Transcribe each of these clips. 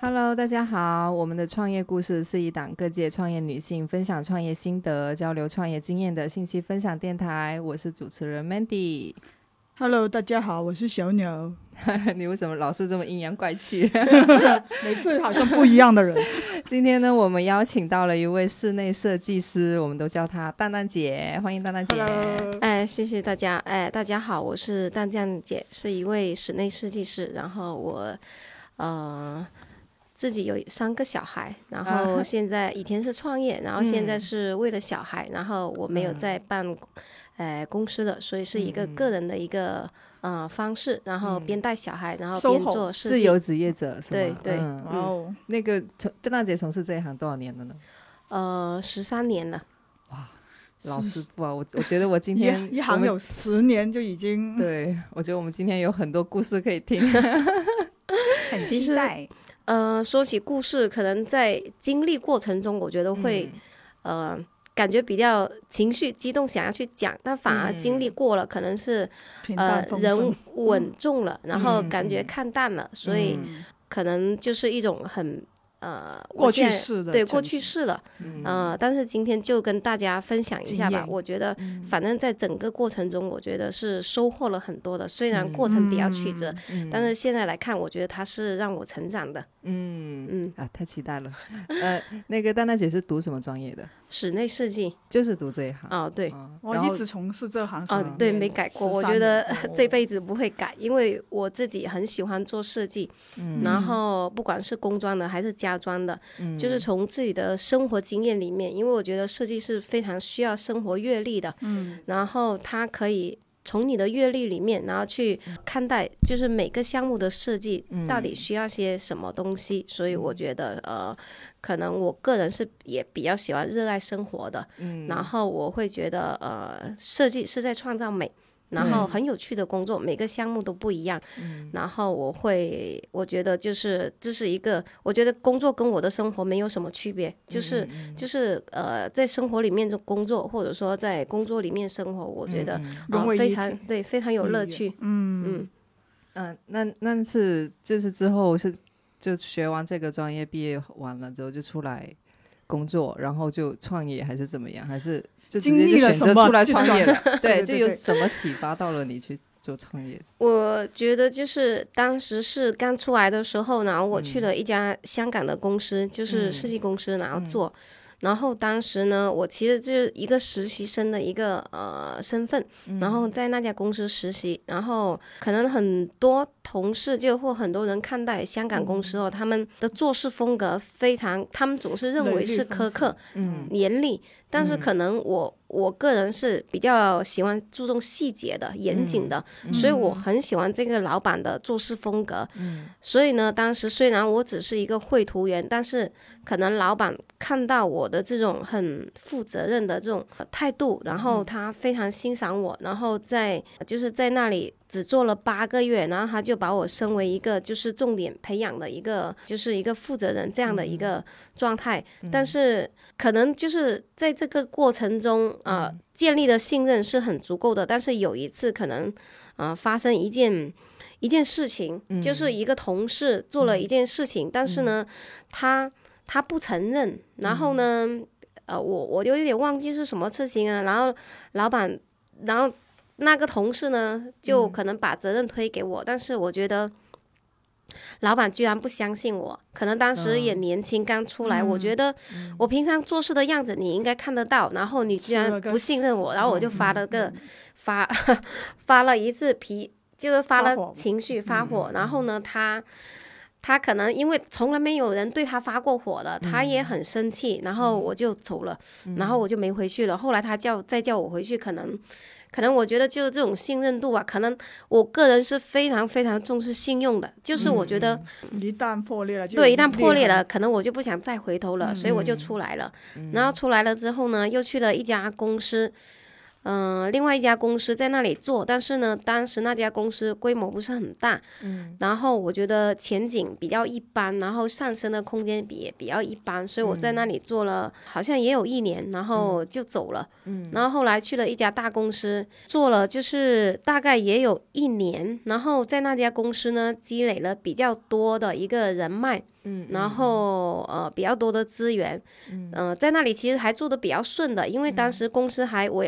Hello，大家好。我们的创业故事是一档各界创业女性分享创业心得、交流创业经验的信息分享电台。我是主持人 Mandy。 Hello，大家好，我是小鸟。你为什么老是这么阴阳怪气？ 每次好像不一样的 人。今天呢，我们邀请到了一位室内设计师，我们都叫她蛋蛋姐，欢迎蛋蛋姐。 Hello，哎，谢谢大家。哎，大家好，我是蛋酱姐，是一位室内设计师。然后我，呃，自己有三个小孩，然后啊现在以前是创业，然后现在嗯是为了小孩，然后我没有在办，呃，公司了，所以是一个嗯个人的一个呃方式，然后边带小孩，然后边 SOHO 做设计。自由职业者是吗？对对嗯哇哦，那个从蛋蛋姐从事这一行多少年了呢？呃，十三年了。老师傅啊，我我觉得我今一天一我行们有十年就已经对，我觉得我们今天有很多故事可以 听。很其期实待。呃，说起故事，可能在经历过程中，我觉得嗯会、呃，感觉比较情绪激动，想要去讲，但反而经历过了，可能是嗯平呃淡风人声，稳 重了，然后感觉嗯看淡了，所以嗯可能就是一种很呃过我去现在式的对成过去式了，嗯呃，但是今天就跟大家分享一下经验。吧嗯我觉得，反正在整个过程中，我觉得是收获了很多的，虽然过程比较曲折，嗯但是现在来看，我觉得它是让我成长的。嗯嗯，啊，太期待了。呃，那个蛋蛋姐是读什么专业的？室内设计就是读这一行。啊，对，啊我然后一直从事这行十嗯，对，年没改过， 13我觉得 年这辈子不会改，因为我自己很喜欢做设计，嗯然后不管是工装的还是家装的，就是嗯从自己的生活经验里面，因为我觉得设计是非常需要生活阅历的，嗯，然后它可以。从你的阅历里面，然后去看待，就是每个项目的设计嗯到底需要些什么东西。所以我觉得，呃，可能我个人是也比较喜欢热爱生活的，嗯然后我会觉得，呃，设计是在创造美，然后很有趣的工作，每个项目都不一样。嗯然后我会，我觉得就是这是一个，我觉得工作跟我的生活没有什么区别，嗯就是、就是呃，在生活里面就工作，或者说在工作里面生活，嗯我觉得、嗯融啊为非一常体。对，非常有乐嗯趣。嗯嗯，那那是就是之后是就学完这个专业毕业完了之后就出来工作，然后就创业还是怎么样？还是就直经接历就了选什择么出来就创转 业了？对，对就对有对什么启发到了你去做创业？我觉得就是当时是刚出来的时候，然后我去了一家香港的公司，就是设计公司，然后做。然后当时呢，我其实就是一个实习生的一个呃身份，嗯嗯然后在那家公司实习，然后可能很多同事就或很多人看待香港公司哦，他们的做事风格非常，他们总是认为是苛刻、嗯严厉，但是可能我、我个人是比较喜欢注重细节的、严谨的，所以我很喜欢这个老板的做事风格。所以呢，当时虽然我只是一个绘图员，但是可能老板看到我的这种很负责任的这种态度，然后他非常欣赏我，然后在就是在那里只做了八个月，然后他就把我升为一个就是重点培养的一个就是一个负责人这样的一个状态，但是可能就是在这个过程中啊、呃建立的信任是很足够的，但是有一次可能啊、呃发生一件。一件事情，就是一个同事做了一件事情，但是呢，他他不承认，然后呢，呃，我我有点忘记是什么事情啊，然后老板，然后那个同事呢，嗯就可能把责任推给我，但是我觉得。老板居然不相信我，可能当时也年轻刚出嗯来，我觉得我平常做事的样子你应该看得到，然后你居吃然了个不信任我，然后我就发了个、嗯发 发了一次脾，就是发发了火情绪发火，然后呢，他他可能因为从来没有人对他发过火的，他也很生气，然后我就走了，然后我就没回去了。后来他叫再叫我回去，可能。可能我觉得就是这种信任度吧，啊可能我个人是非常非常重视信用的，就是我觉得一旦破裂了就嗯对，一旦破厉裂害了，，可能我就不想再回头了，所以我就出来了。然后出来了之后呢，又去了一家公司，嗯、另外一家公司在那里做，但是呢，当时那家公司规模不是很大，嗯，然后我觉得前景比较一般，然后上升的空间比也比较一般，所以我在那里做了、好像也有一年，然后就走了，嗯，然后后来去了一家大公司，做了就是大概也有一年，然后在那家公司呢积累了比较多的一个人脉，嗯，然后呃比较多的资源，嗯、呃，在那里其实还做的比较顺的，因为当时公司还我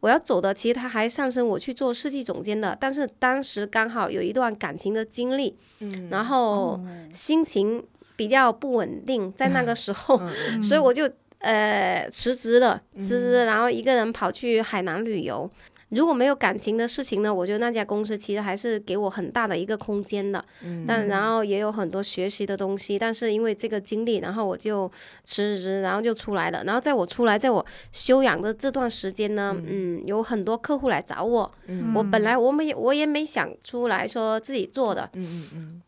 我要走的，其实他还上升我去做设计总监的，但是当时刚好有一段感情的经历，嗯，然后心情比较不稳定，在那个时候，嗯所以我就呃辞职了，辞职，然后一个人跑去海南旅游。如果没有感情的事情呢，我觉得那家公司其实还是给我很大的一个空间的。嗯，但然后也有很多学习的东西，但是因为这个经历，然后我就辞职，然后就出来了。然后在我出来，在我休养的这段时间呢，嗯，有很多客户来找我。嗯，我本来我没我也没想出来说自己做的。嗯嗯嗯。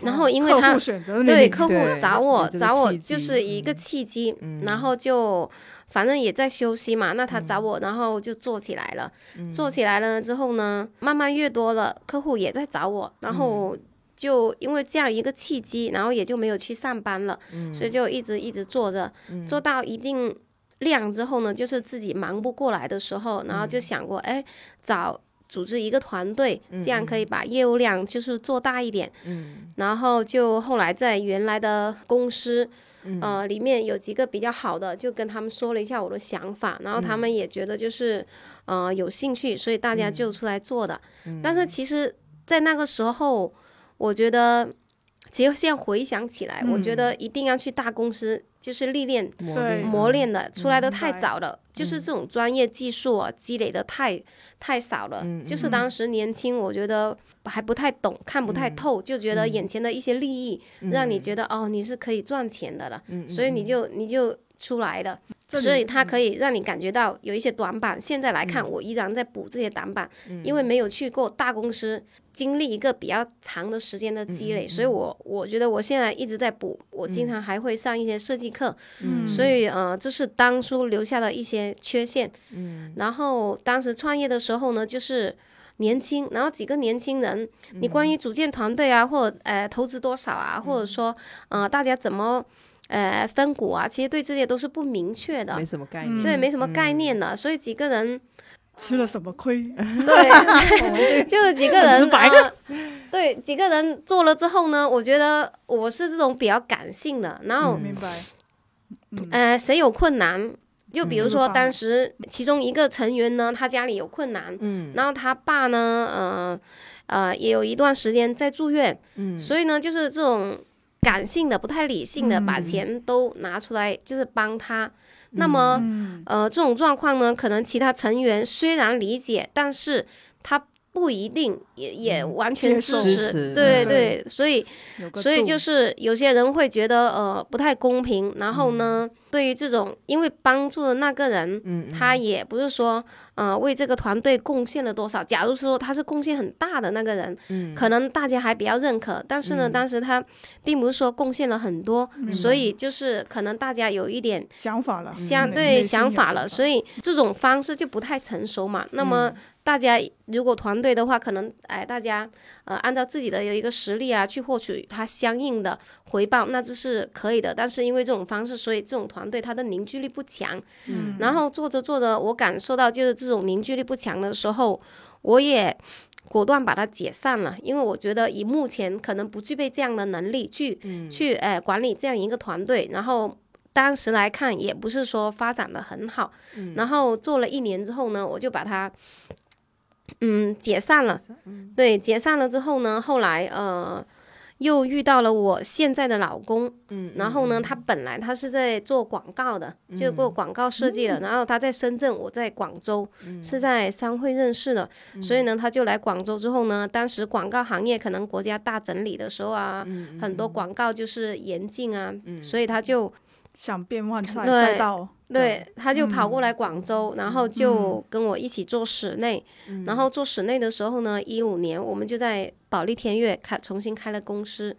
然后因为客他户选择你嗯对你客户对找我有这个找我契机就嗯是一个契机，然后就反正也在休息嘛，那他嗯找我，然后就做起来了，做起来了之后呢，慢慢越多了，客户也在找我，然嗯后就因为这样一个契机，然后也就没有去上班了，嗯所以就一直一直做着，做到一定。量之后呢，就是自己忙不过来的时候，然嗯后就想过，哎，找组织一个团队，这样可以把业务量就是做大一点。然后就后来在原来的公司，呃，里面有几个比较好的，就跟他们说了一下我的想法，然后他们也觉得就是，呃，有兴趣，所以大家就出来做的。但是其实，在那个时候，我觉得，其实现在回想起来，我觉得一定要去大公司，就是历练嗯磨对练磨练的，出来的太明白嗯早了，就是这种专业技术啊，积累的太太少了。嗯就是当时年轻，我觉得还不太懂，看不太嗯透，就觉得眼前的一些利益，让你觉得哦，你是可以赚钱的了，所以你就你就出来的。嗯这所以里嗯它可以让你感觉到有一些短板。现在来看，我依然在补这些短板，嗯因为没有去过大公司，经历一个比较长的时间的积嗯累，所以我我觉得我现在一直在补，我经常还会上一些设计课，嗯所以呃，这是当初留下的一些缺陷。嗯，然后当时创业的时候呢，就是。年轻，然后几个年轻人，你关于嗯组建团队啊，或者呃投资多少啊，或者说呃大家怎么呃分股啊，其实对这些都是不明确的没，什么概念，嗯对，没什么概念的，所以几个 人，吃了什么 亏？对，我们这就是几个很人直白 呃对，几个人做了之后呢，我觉得我是这种比较感性的，然后、哦明白，呃，谁有困难，就比如这个说爸当时其中一个成员呢，他家里有困难，嗯然后他爸呢，呃呃，也有一段时间在住院，嗯，所以呢，就是这种感性的、不太理性的，把钱都拿出来就是帮他。那么，呃，这种状况呢，可能其他成员虽然理解，但是他不一定也也完接全支受持，支持对嗯对，所以有个所以度就是有些人会觉得呃不太公平，然后呢，嗯对于这种因为帮助的那个人，他也不是说呃为这个团队贡献了多少。假如说他是贡献很大的那个人，嗯可能大家还比较认可，但是呢，当时他并不是说贡献了很多，所以就是可能大家有一点想法了，相嗯内对内心有想法了，法所以这种方式就不太成熟嘛。那么嗯大家如果团队的话，可能哎，大家呃按照自己的一个实力啊，去获取它相应的回报，那这是可以的。但是因为这种方式，所以这种团队它的凝聚力不强。嗯、然后做着做着，我感受到就是这种凝聚力不强的时候，我也。果断把它解散了，因为我觉得以目前可能不具备这样的能力去、去呃管理这样一个团队，然后当时来看也不是说发展的很好，然后做了一年之后呢，我就把它嗯解散嗯了，对，解散了之后呢，后来呃又遇到了我现在的老公，嗯，嗯然后呢，他本来他是在做广告的，就做广告设计的，然后他在深圳，我在广州，是在商会认识的，所以呢，他就来广州之后呢，当时广告行业可能国家大整理的时候啊，很多广告就是严禁啊，所以他就。想变换赛对赛道，对，他就跑过来广州，然后就跟我一起做室内，然后做室内的时候呢，一五年我们就在保利天悦开重新开了公司，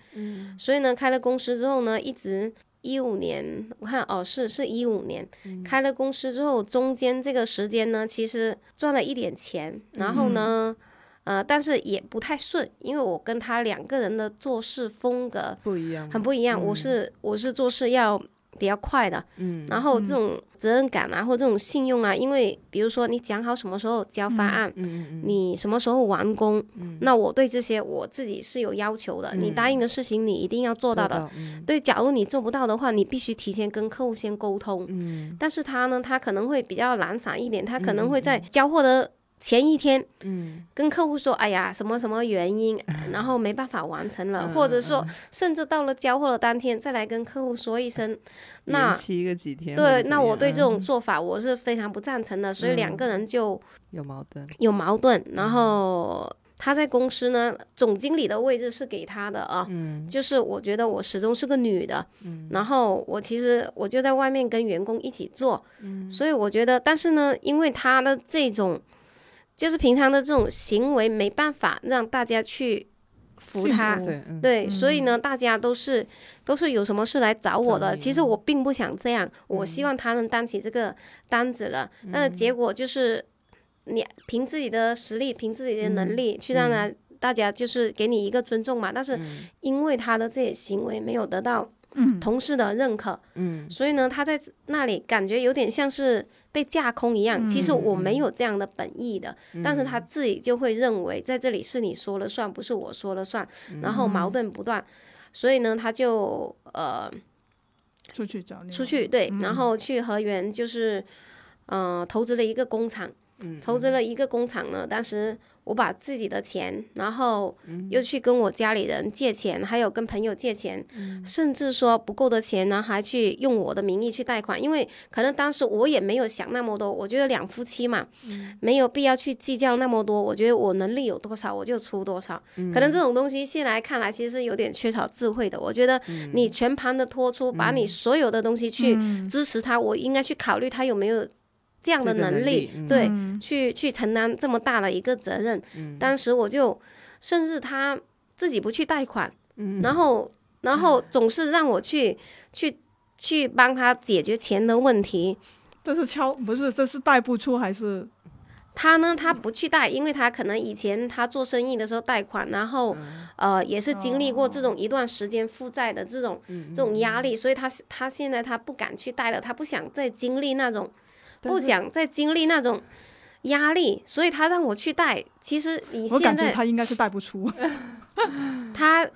所以呢，开了公司之后呢，一直一五年，我看哦是是一五年、开了公司之后，中间这个时间呢，其实赚了一点钱，然后呢。呃，但是也不太顺，因为我跟他两个人的做事风格嗯不一样，很不一样。我是我是做事要比较快的。嗯，然后这种责任感啊，或这种信用啊，因为比如说你讲好什么时候交方案，嗯你什么时候完工，那我对这些我自己是有要求的。你答应的事情你一定要做到的。对，假如你做不到的话，你必须提前跟客户先沟通。嗯，但是他呢，他可能会比较懒散一点，他可能会在交货的前一天，嗯，跟客户说，哎呀，什么什么原 因，然后没办法完成了，或者说甚至到了交货的当天再来跟客户说一声。那延期个几天或者对，怎那我样对这种做法我是非常不赞成的，所以两个人就嗯有矛盾，有矛盾，然后。他在公司呢，总经理的位置是给他的啊，就是我觉得我始终是个女的，然后我其实我就在外面跟员工一起做，所以我觉得，但是呢，因为他的这种就是平常的这种行为，没办法让大家去服信他，服对，嗯，对，所以呢，大家都是都是有什么事来找我找的。你其实我并不想这样，我希望他能担起这个担子了。但是结果就是，你凭自己的实力，凭自己的能力去让他大家就是给你一个尊重嘛。但是因为他的这些行为没有得到嗯同事的认可，嗯，所以呢，他在那里感觉有点像是被架空一样。其实我没有这样的本意的，但是他自己就会认为在这里是你说了算，不是我说了算，然后矛盾不断，所以呢，他就呃出去找你，出去对，然后去河源就是嗯、呃投资了一个工厂，投资了一个工厂呢，当时。我把自己的钱，然后又去跟我家里人借钱，还有跟朋友借钱，甚至说不够的钱呢，还去用我的名义去贷款，因为可能当时我也没有想那么多，我觉得两夫妻嘛，嗯没有必要去计较那么多。我觉得我能力有多少，我就出多少。嗯可能这种东西现在看来，其实是有点缺少智慧的。我觉得嗯你全盘的托出，把你所有的东西去支持他，我应该去考虑他有没有这样的这个能能力力，嗯对，嗯去去承担这么大的一个责任。当时我就，甚至他自己不去贷款，然后然后总是让我去去去帮他解决钱的问题。这是敲不是，这是带不出还是他呢，他不去贷，因为他可能以前他做生意的时候贷款，然后、呃也是经历过这种一段时间负债的这种、这种压力，所以他他现在他不敢去贷了，他不想再经历那种但不是想再经历那种压力，所以他让我去贷。其实你我现感觉在他应该是带不 出，他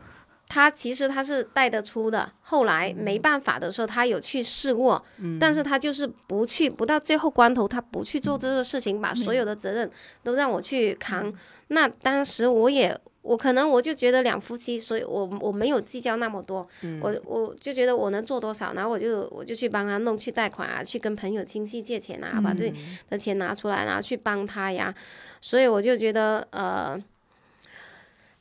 他其实他是带得出的，后来没办法的时候，他有去试过，但是他就是不去，不到最后关头，他不去做这个事情，把所有的责任都让我去扛。那当时我也。我可能我就觉得两夫妻，所以我我没有计较那么多，我我就觉得我能做多少，然后我就我就去帮他弄，去贷款啊，去跟朋友亲戚借钱啊，把自己的钱拿出来，然后去帮他呀。所以我就觉得，呃，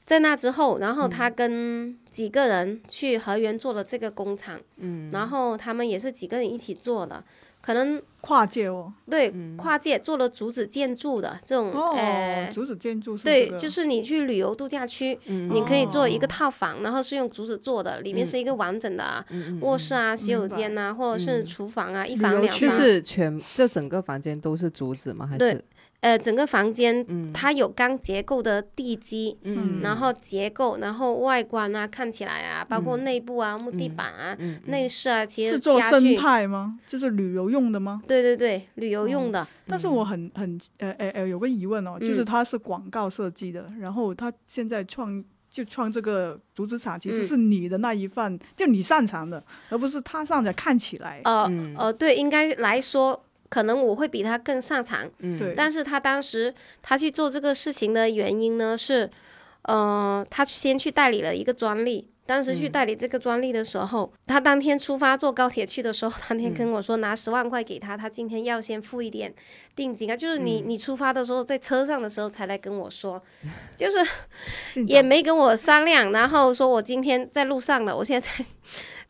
在那之后，然后嗯他跟几个人去河源做了这个工厂，嗯，然后他们也是几个人一起做的，可能跨界哦。对跨界做了竹子建筑的这种，哦呃，，竹子建筑是这对，个嗯哦就是你去旅游度假区，嗯你可以做一个套房，然后是用竹子做的，里面是一个完整的啊嗯卧室啊、洗手间呐，或者是厨房啊，一旅房游两区就房，是全这整个房间都是竹子吗？还对是呃，整个房间它有钢结构的地基，嗯然后结构，然后外观啊，看起来啊，包括内部啊、木地板啊、内饰啊，其实是做家具生，态吗？就是旅游用的吗？对对对，旅游用的，但是我很很呃呃呃有个疑问哦，嗯就是它是广告设计的，然后它现在创就创这个竹子厂，其实嗯是你的那一份，就你擅长的，而不是他擅长。看起来，呃、呃，对，应该来说，可能我会比他更擅长，对，嗯但是他当时他去做这个事情的原因呢是，呃，他先去代理了一个专利。当时去代理这个专利的时候，他当天出发坐高铁去的时候，当天跟我说拿十万块给他，他今天要先付一点定金啊，就是你、你出发的时候在车上的时候才来跟我说，就是现也在没跟我商量，然后说我今天在路上了，我现在 在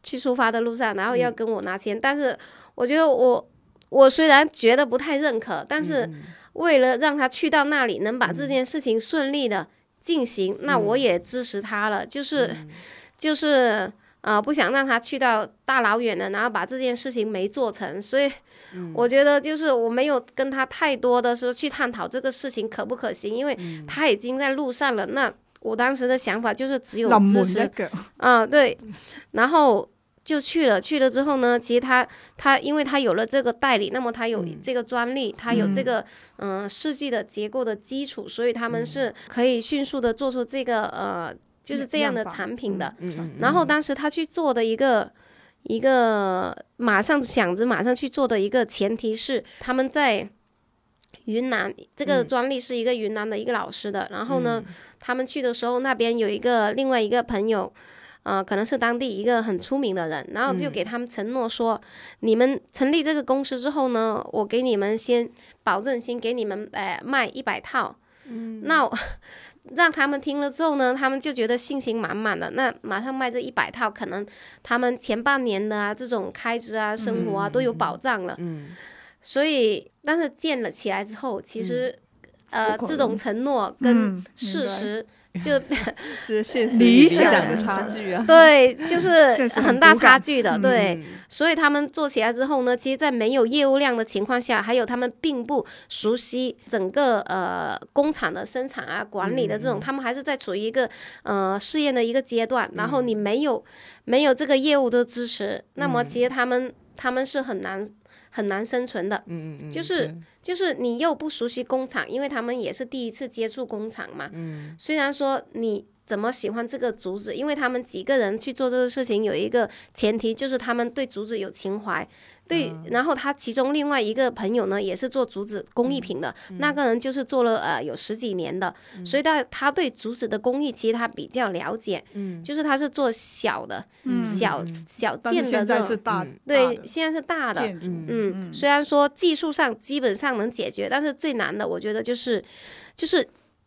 去出发的路上，然后要跟我拿钱，但是我觉得我我虽然觉得不太认可，但是为了让他去到那里能把这件事情顺利的进行，那我也支持他了，就是、就是。呃，不想让他去到大老远的，然后把这件事情没做成，所以我觉得就是我没有跟他太多的说去探讨这个事情可不可行，因为他已经在路上了。那我当时的想法就是只有临支门一持，脚，啊，对。然后就去了，去了之后呢，其实他他因为他有了这个代理，那么他有嗯这个专利，他有这个嗯、呃设计的结构的基础，所以他们是可以迅速的做出这个呃就是这样的样板产品的。嗯嗯然后当时他去做的一个一个马上想着马上去做的一个前提是他们在。云南这个嗯专利是一个云南的一个老师的，然后呢，他们去的时候那边有一个另外一个朋友，呃，可能是当地一个很出名的人，然后就嗯给他们承诺说，你们成立这个公司之后呢，我给你们先保证，先给你们呃卖一百套，嗯，那我让他们听了之后呢，他们就觉得信心满满的，那马上卖这一百套，可能他们前半年的啊这种开支啊、生活啊、都有保障了，嗯所以但是建了起来之后，其实、呃不可这能种承诺跟嗯事明白实就这是现实理与理想想的差距 啊，对，就是现实很很大骨感差距的，对。嗯，所以他们做起来之后呢，其实，在没有业务量的情况下，还有他们并不熟悉整个呃工厂的生产啊、管理的这种，嗯他们还是在处于一个呃试验的一个阶段。然嗯后你没有、没有这个业务的支持，那么其实嗯他们、他们是很难很难生存的。嗯嗯，就是就是你又不熟悉工厂，因为他们也是第一次接触工厂嘛。嗯，虽然说你怎么喜欢这个竹子，因为他们几个人去做这个事情，有一个前提就是他们对竹子有情怀。对，嗯然后他其中另外一个朋友呢，也是做竹子工嗯艺品的，那个人就是做了呃有十几年的，嗯所以他他对竹子的工艺其实他比较了解，嗯，就是他是做小的、嗯，小小但件是的现这在是种，大嗯对，现在是大大的的，建筑，嗯，虽然说技术上基本上能解决，但是最难的我觉得就是，就是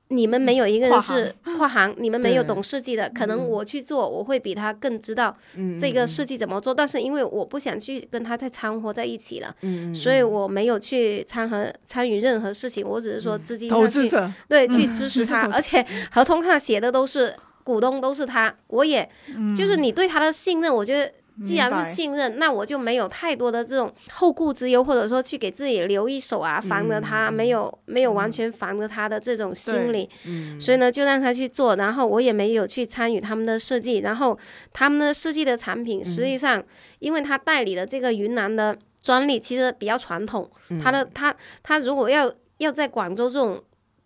你们没有一个人是 跨行，你们没有对懂设计的，可能我去做，我会比他嗯更知道这个设计怎么做，但是因为我不想去跟他再掺和在一起了，嗯所以我没有去参和参与任何事情，我只是说资金投上资去者对去支持他 投，资而且合同上写的都是股东都是他，我也就是你对他的信任，我觉得。既然嗯明白是信任，那我就没有太多的这种后顾之忧，或者说去给自己留一手啊，防着他、嗯没有没有完全防着他的这种心理，嗯所以呢就让他去做，然后我也没有去参与他们的设计，然后他们的设计的产品嗯实际上，因为他代理的这个云南的专利其实比较传统，他嗯的他他如果要要在广州这种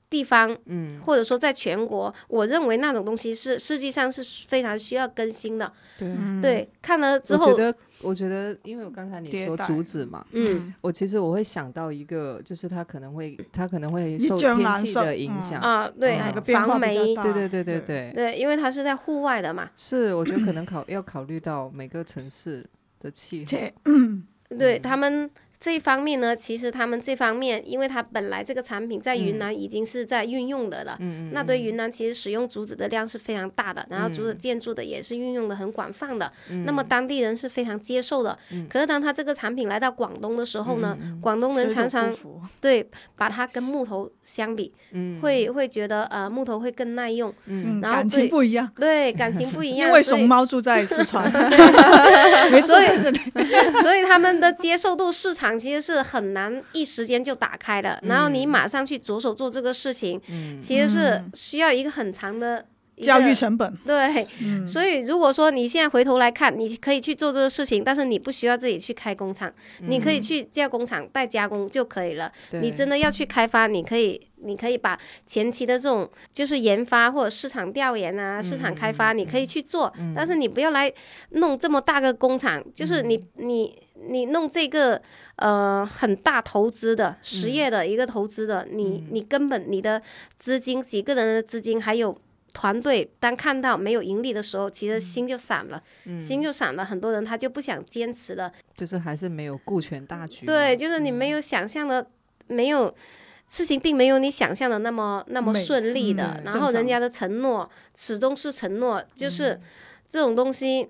地方，嗯，或者说在全国，我认为那种东西是实际上是非常需要更新的。对。嗯嗯对，看了之嗯我觉后，得，我觉得，因为我刚才你迭说代竹子嘛，嗯我其实我会想到一个，就是它可能会，它可能会一受张天蓝气色的影嗯响，啊，对哪那个，变化防比霉较，大，对对对对对，对，因为它是在户外的嘛，是，我觉得可能考要考虑到每个城市的气候，且嗯对他们。这一方面呢，其实他们这方面，因为它本来这个产品在嗯云南已经是在运用的了，嗯、那对云南其实使用竹子的量是非常大的，然后竹子嗯建筑的也是运用的很广泛的，那么当地人是非常接受的。嗯可是当它这个产品来到广东的时候呢，广东水人土常不常服对，把它跟木头相比，会会觉得呃木头会更耐用，嗯，然后感对情不一样，对，感情不一样，因为所以熊猫住在四 川，所以 所以他们的接受度市场其实是很难一时间就打开的，然后你嗯马上去着手做这个事情，嗯其实是需要一个很长的一教个育嗯成本， 对，所以如果说你现在回头来看，你可以去做这个事情，但是你不需要自己去开工厂，你嗯可以去叫工厂代加工就可以了。你真的的要去开发，你可以，你可以把前期的这种就是研发或者市场调研啊、市场开发，你可以去做，但是你不要来弄这么大个工厂，就是你你你弄这个呃很大投资的实业的一个投资的，你你根本你的资金几个人的资金还有。团队当看到没有盈利的时候，其实心就散了，心就散了。很多人他就不想坚持了，就是还是没有顾全大局嘛，对，就是你嗯没有想象的，没有事情并没有你想象的那么那么美顺利的。嗯然正后人常嗯家的承诺始终是承诺，就是、这种东西。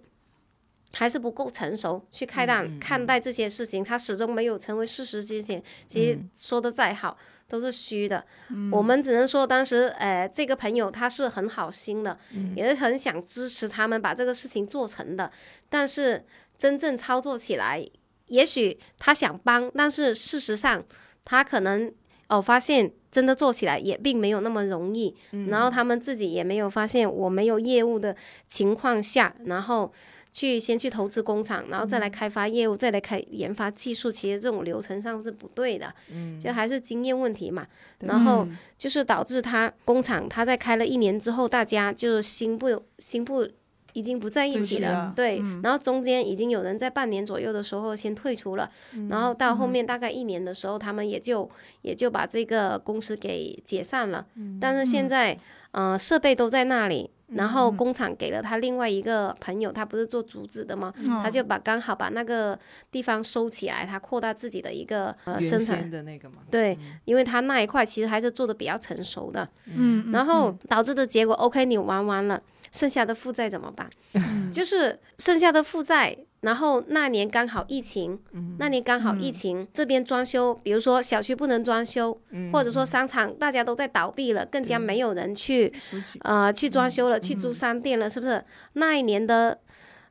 还是不够成熟去看待、嗯看待这些事情，它始终没有成为事实之前，其实嗯说的再好、都是虚的。我们只能说当时，呃，这个朋友他是很好心的，嗯也是很想支持他们把这个事情做成的，但是真正操作起来，也许他想帮，但是事实上他可能哦，发现真的做起来也并没有那么容易。然后他们自己也没有发现我没有业务的情况下，然后去先去投资工厂，然后再来开发业务，再来开研发技术，其实这种流程上是不对的，就还是经验问题嘛。然后嗯就是导致他工厂他在开了一年之后，大家就心不心不。已经不在一分起歧了，嗯了对。然后中间已经有人在半年左右的时候先退出了，然后到后面大概一年的时候，他们也就也就把这个公司给解散了。但是现在，呃，设备都在那里，然后工厂给了他另外一个朋友，他不是做竹子的吗？嗯他就把刚好把那个地方收起来，他扩大自己的一个呃原生先产。的那个嘛，对，因为他那一块其实还是做的比较成熟的，嗯，然后导致的结果，OK，你玩完了，剩下的负债怎么办？嗯就是剩下的负债，然后那年刚好疫情，嗯那年刚好疫情，这边装修，比如说小区不能装修，嗯或者说商场大家都在倒闭了，更加没有人去十几呃去装修嗯了，去租商店了，是不是？那一年的。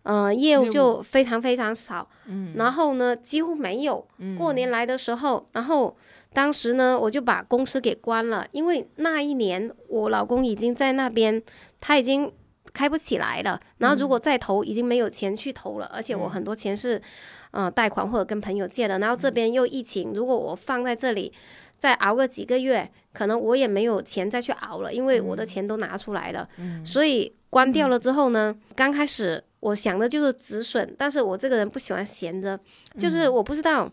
呃，业务业务嗯就非常非常少，然后呢，几乎没有。过年来的时候，然后当时呢，我就把公司给关了，因为那一年我老公已经在那边，他已经开不起来了。然后如果再投，已经没有钱去投了，而且我很多钱是，呃，贷款或者跟朋友借的。然后这边又疫情，如果我放在这里再熬个几个月，可能我也没有钱再去熬了，因为我的钱都拿出来了。所以关掉了之后呢，刚开始我想的就是止损，但是我这个人不喜欢闲着，就是我不知道。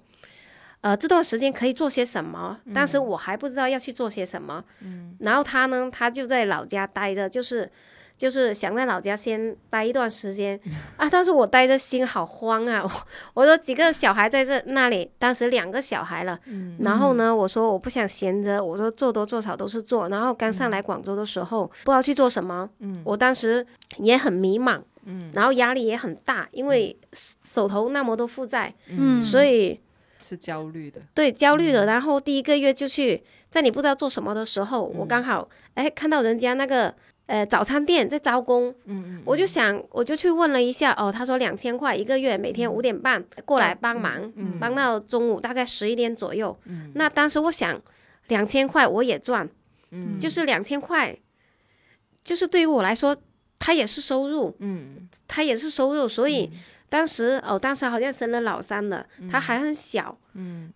呃，这段时间可以做些什么？当时我还不知道要去做些什么。嗯。然后他呢，他就在老家待着，就是就是想在老家先待一段时间啊。但是我待着心好慌啊！我我说几个小孩在这那里，当时两个小孩了。嗯。然后呢，我说我不想闲着，我说做多做少都是做。然后刚上来广州的时候，不知道去做什么。嗯。我当时也很迷茫。嗯。然后压力也很大，因为手头那么多负债，嗯，所以。是焦虑的，对，焦虑的。然后第一个月就去，在你不知道做什么的时候，我刚好哎看到人家那个呃早餐店在招工，嗯我就想我就去问了一下，哦，他说两千块一个月，每天五点半过来帮忙，帮到中午大概十一点左右。那当时我想两千块我也赚，嗯就是两千块，就是对于我来说，它也是收入，嗯，它也是收入，所以。当时哦，当时好像生了老三了，他还很小，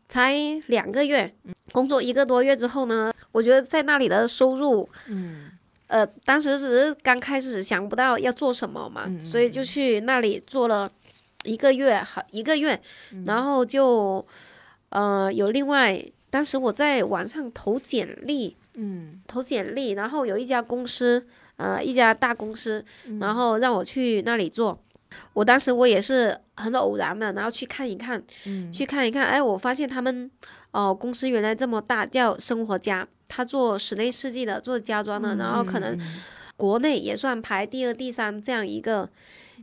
才两个月，工作一个多月之后呢，我觉得在那里的收入，嗯，呃，当时只是刚开始想不到要做什么嘛，所以就去那里做了一个月，好一个月，然后就呃有另外，当时我在网上投简历，嗯，投简历，然后有一家公司，呃，一家大公司，然后让我去那里做。我当时我也是很偶然的，然后去看一看，去看一看，哎，我发现他们哦、公司原来这么大，叫生活家，他做室内设计的，做家装的，然后可能国内也算排第二、第三这样一个、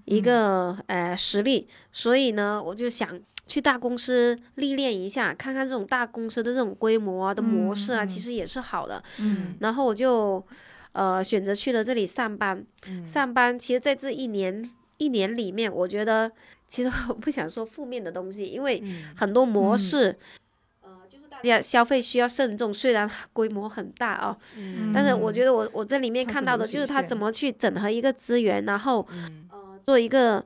一个呃实力，所以呢，我就想去大公司历练一下，看看这种大公司的这种规模啊的模式啊，其实也是好的。嗯，然后我就呃选择去了这里上班，上班其实在这一年一年里面，我觉得其实我不想说负面的东西，因为很多模式。呃，就是大家消费需要慎重，虽然规模很大啊、嗯但是我觉得我我这里面嗯它看是到无的就是极他限怎么去整合一个资源，然后、嗯呃做一个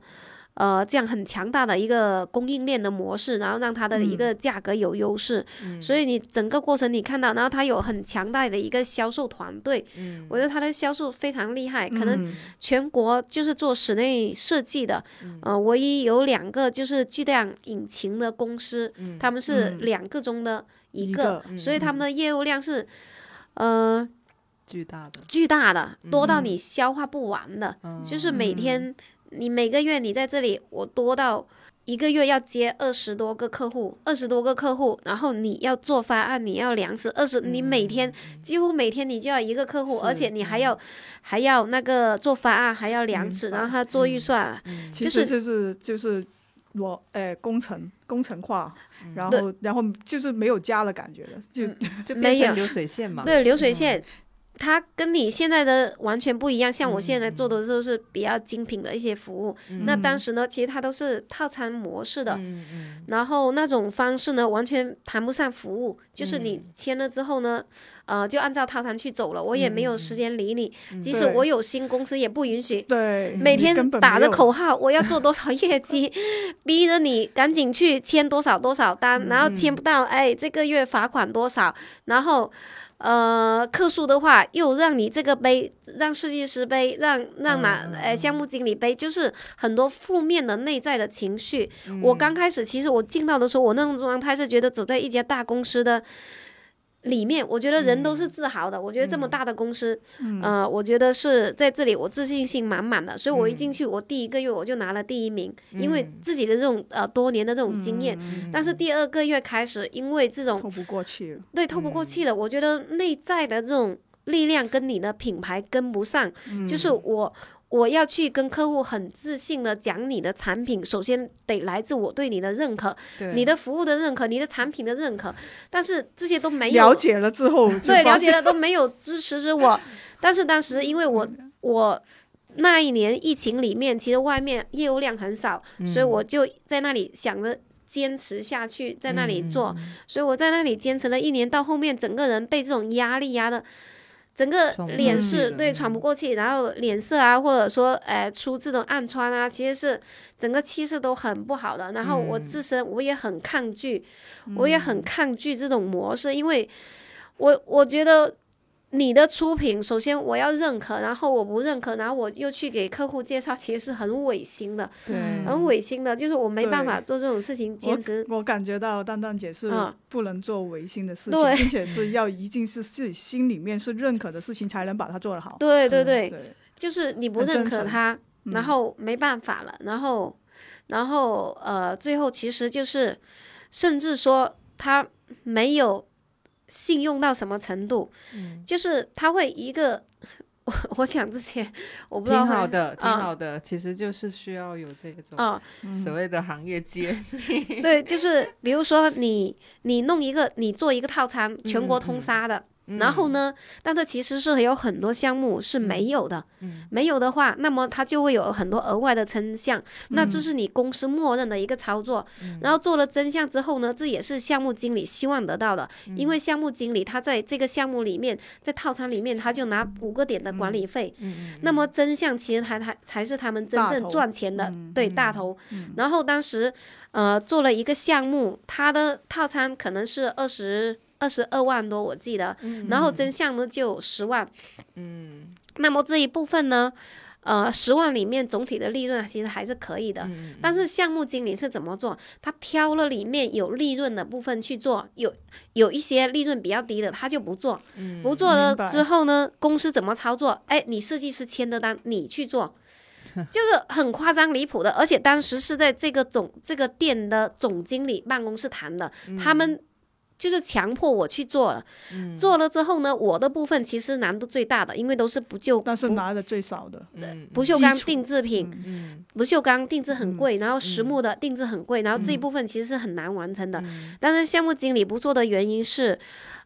呃这样很强大的一个供应链的模式，然后让它的一嗯个价格有优势。所以你整个过程你看到，然后它有很强大的一个销售团队，我觉得它的销售非常厉害，哎可能嗯全国就是做室内设计的，嗯呃，唯一有两个就是巨量引擎的公司，他们是嗯两个中的一一个，个嗯所以他们的业务量是，呃，巨大的，巨大的，多到你消化不完的，就是每天你每个月你在这里，我多到。一个月要接二十多个客户，二十多个客户，然后你要做方案，你要量尺，二十，你每天几乎每天你就要一个客户，而且你还要、还要那个做方案，还要量尺，然后还要做预算，其就实是就是就是我呃工程工程化，然嗯对嗯后然后就是没有家的感觉了，就就没变成有流水线嘛，对流水线。它跟你现在的完全不一样。像我现在做的都是比较精品的一些服务，那当时呢，其实它都是套餐模式的，然后那种方式呢，完全谈不上服务，就是你签了之后呢，呃，就按照套餐去走了，我也没有时间理你，即使对我有新公司也不允许。对，每你天根本打没着有口号，我要做多少 业绩，逼着你赶紧去签多少多少嗯单，然后签不到，哎，这个月罚款多少，然后。呃，客诉的话，又让你这个背，让设计师背，让嗯让哪呃项目经理背，就是很多负面的内在的情绪。我刚开始，其实我进到的时候，我那种状态是觉得走在一家大公司的里面，我觉得人都是自豪的。我觉得这么大的公司，呃，我觉得是在这里我自信心满满的，所以我一进去，我第一个月我就拿了第一名，因为自己的这种呃多年的这种经验。但是第二个月开始，因为这种透不过去了。对透不过嗯气了，我觉得内在的这种力量跟你的品牌跟不上，嗯就是我。我要去跟客户很自信的讲你的产品，首先得来自我对你的认可，对你的服务的认可，你的产品的认可，但是这些都没有了解了之后， 就对，发了解现了都没有支持着我。但是当时因为我我那一年疫情里面，其实外面业务量很少，所以我就在那里想着。坚持下去，在那里做，所以我在那里坚持了一年，到后面整个人被这种压力压的，整个喘不过脸气是了对喘不过气，然后脸色啊，或者说呃出这种暗疮啊，其实是整个气势都很不好的。然后我嗯自身我也很抗拒，我也很抗拒这种模式，嗯因为我我觉得你的出品，首先我要认可，然后我不认可，然后我又去给客户介绍，其实是很违心的，对，很违心的，就是我没办法嗯对做这种事情，坚持。我感觉到蛋蛋姐是嗯不能做违心的事情，对并且是要一定是自己心里面是认可的事情，才能把它做得好。对对对，对，嗯就是你不很认正可常他，嗯然后没办法了，然后，然后呃，最后其实就是，甚至说他没有信用到什么程度，嗯就是他会一个，我 我讲这些，我不知道嗯挺会好的，挺啊好的，其实就是需要有这种啊、所谓的行业界，对，就是比如说你你弄一个，你做一个套餐，嗯全国通杀的。然后呢？但是其实是有很多项目嗯是没有的，没有的话，那么它就会有很多额外的真相。那嗯这是你公司默认的一个操作。然后做了真相之后呢，这也是项目经理希望得到的，嗯因为项目经理他在这个项目里面，在套餐里面他就拿五个点的管嗯理费。那么真相其实才才才是他们真大正头嗯赚钱的，对大头。然后当时呃做了一个项目，它的套餐可能是二十二十二万多，我记得，嗯然后真相呢就有十万，嗯，那么这一部分呢。呃，十万里面总体的利润啊其实还是可以嗯的，但是项目经理是怎么做？他挑了里面有利润的部分去做，有有一些利润比较低的，他就不做，不做了嗯明白之后呢，公司怎么操作？哎，你设计师签的单你去做， 就是很夸张离谱的，而且当时是在这个总这个店的总经理办公室谈的，嗯他们就是强迫我去做了，做了之后呢，我的部分其实难度最大的，因为都是不锈但是拿的最少的，不锈钢基础嗯定制品，嗯不锈钢定制很贵，然后实木的定制很贵，然后嗯这一部分其实是很难完成的。但是项目经理不做的原因是，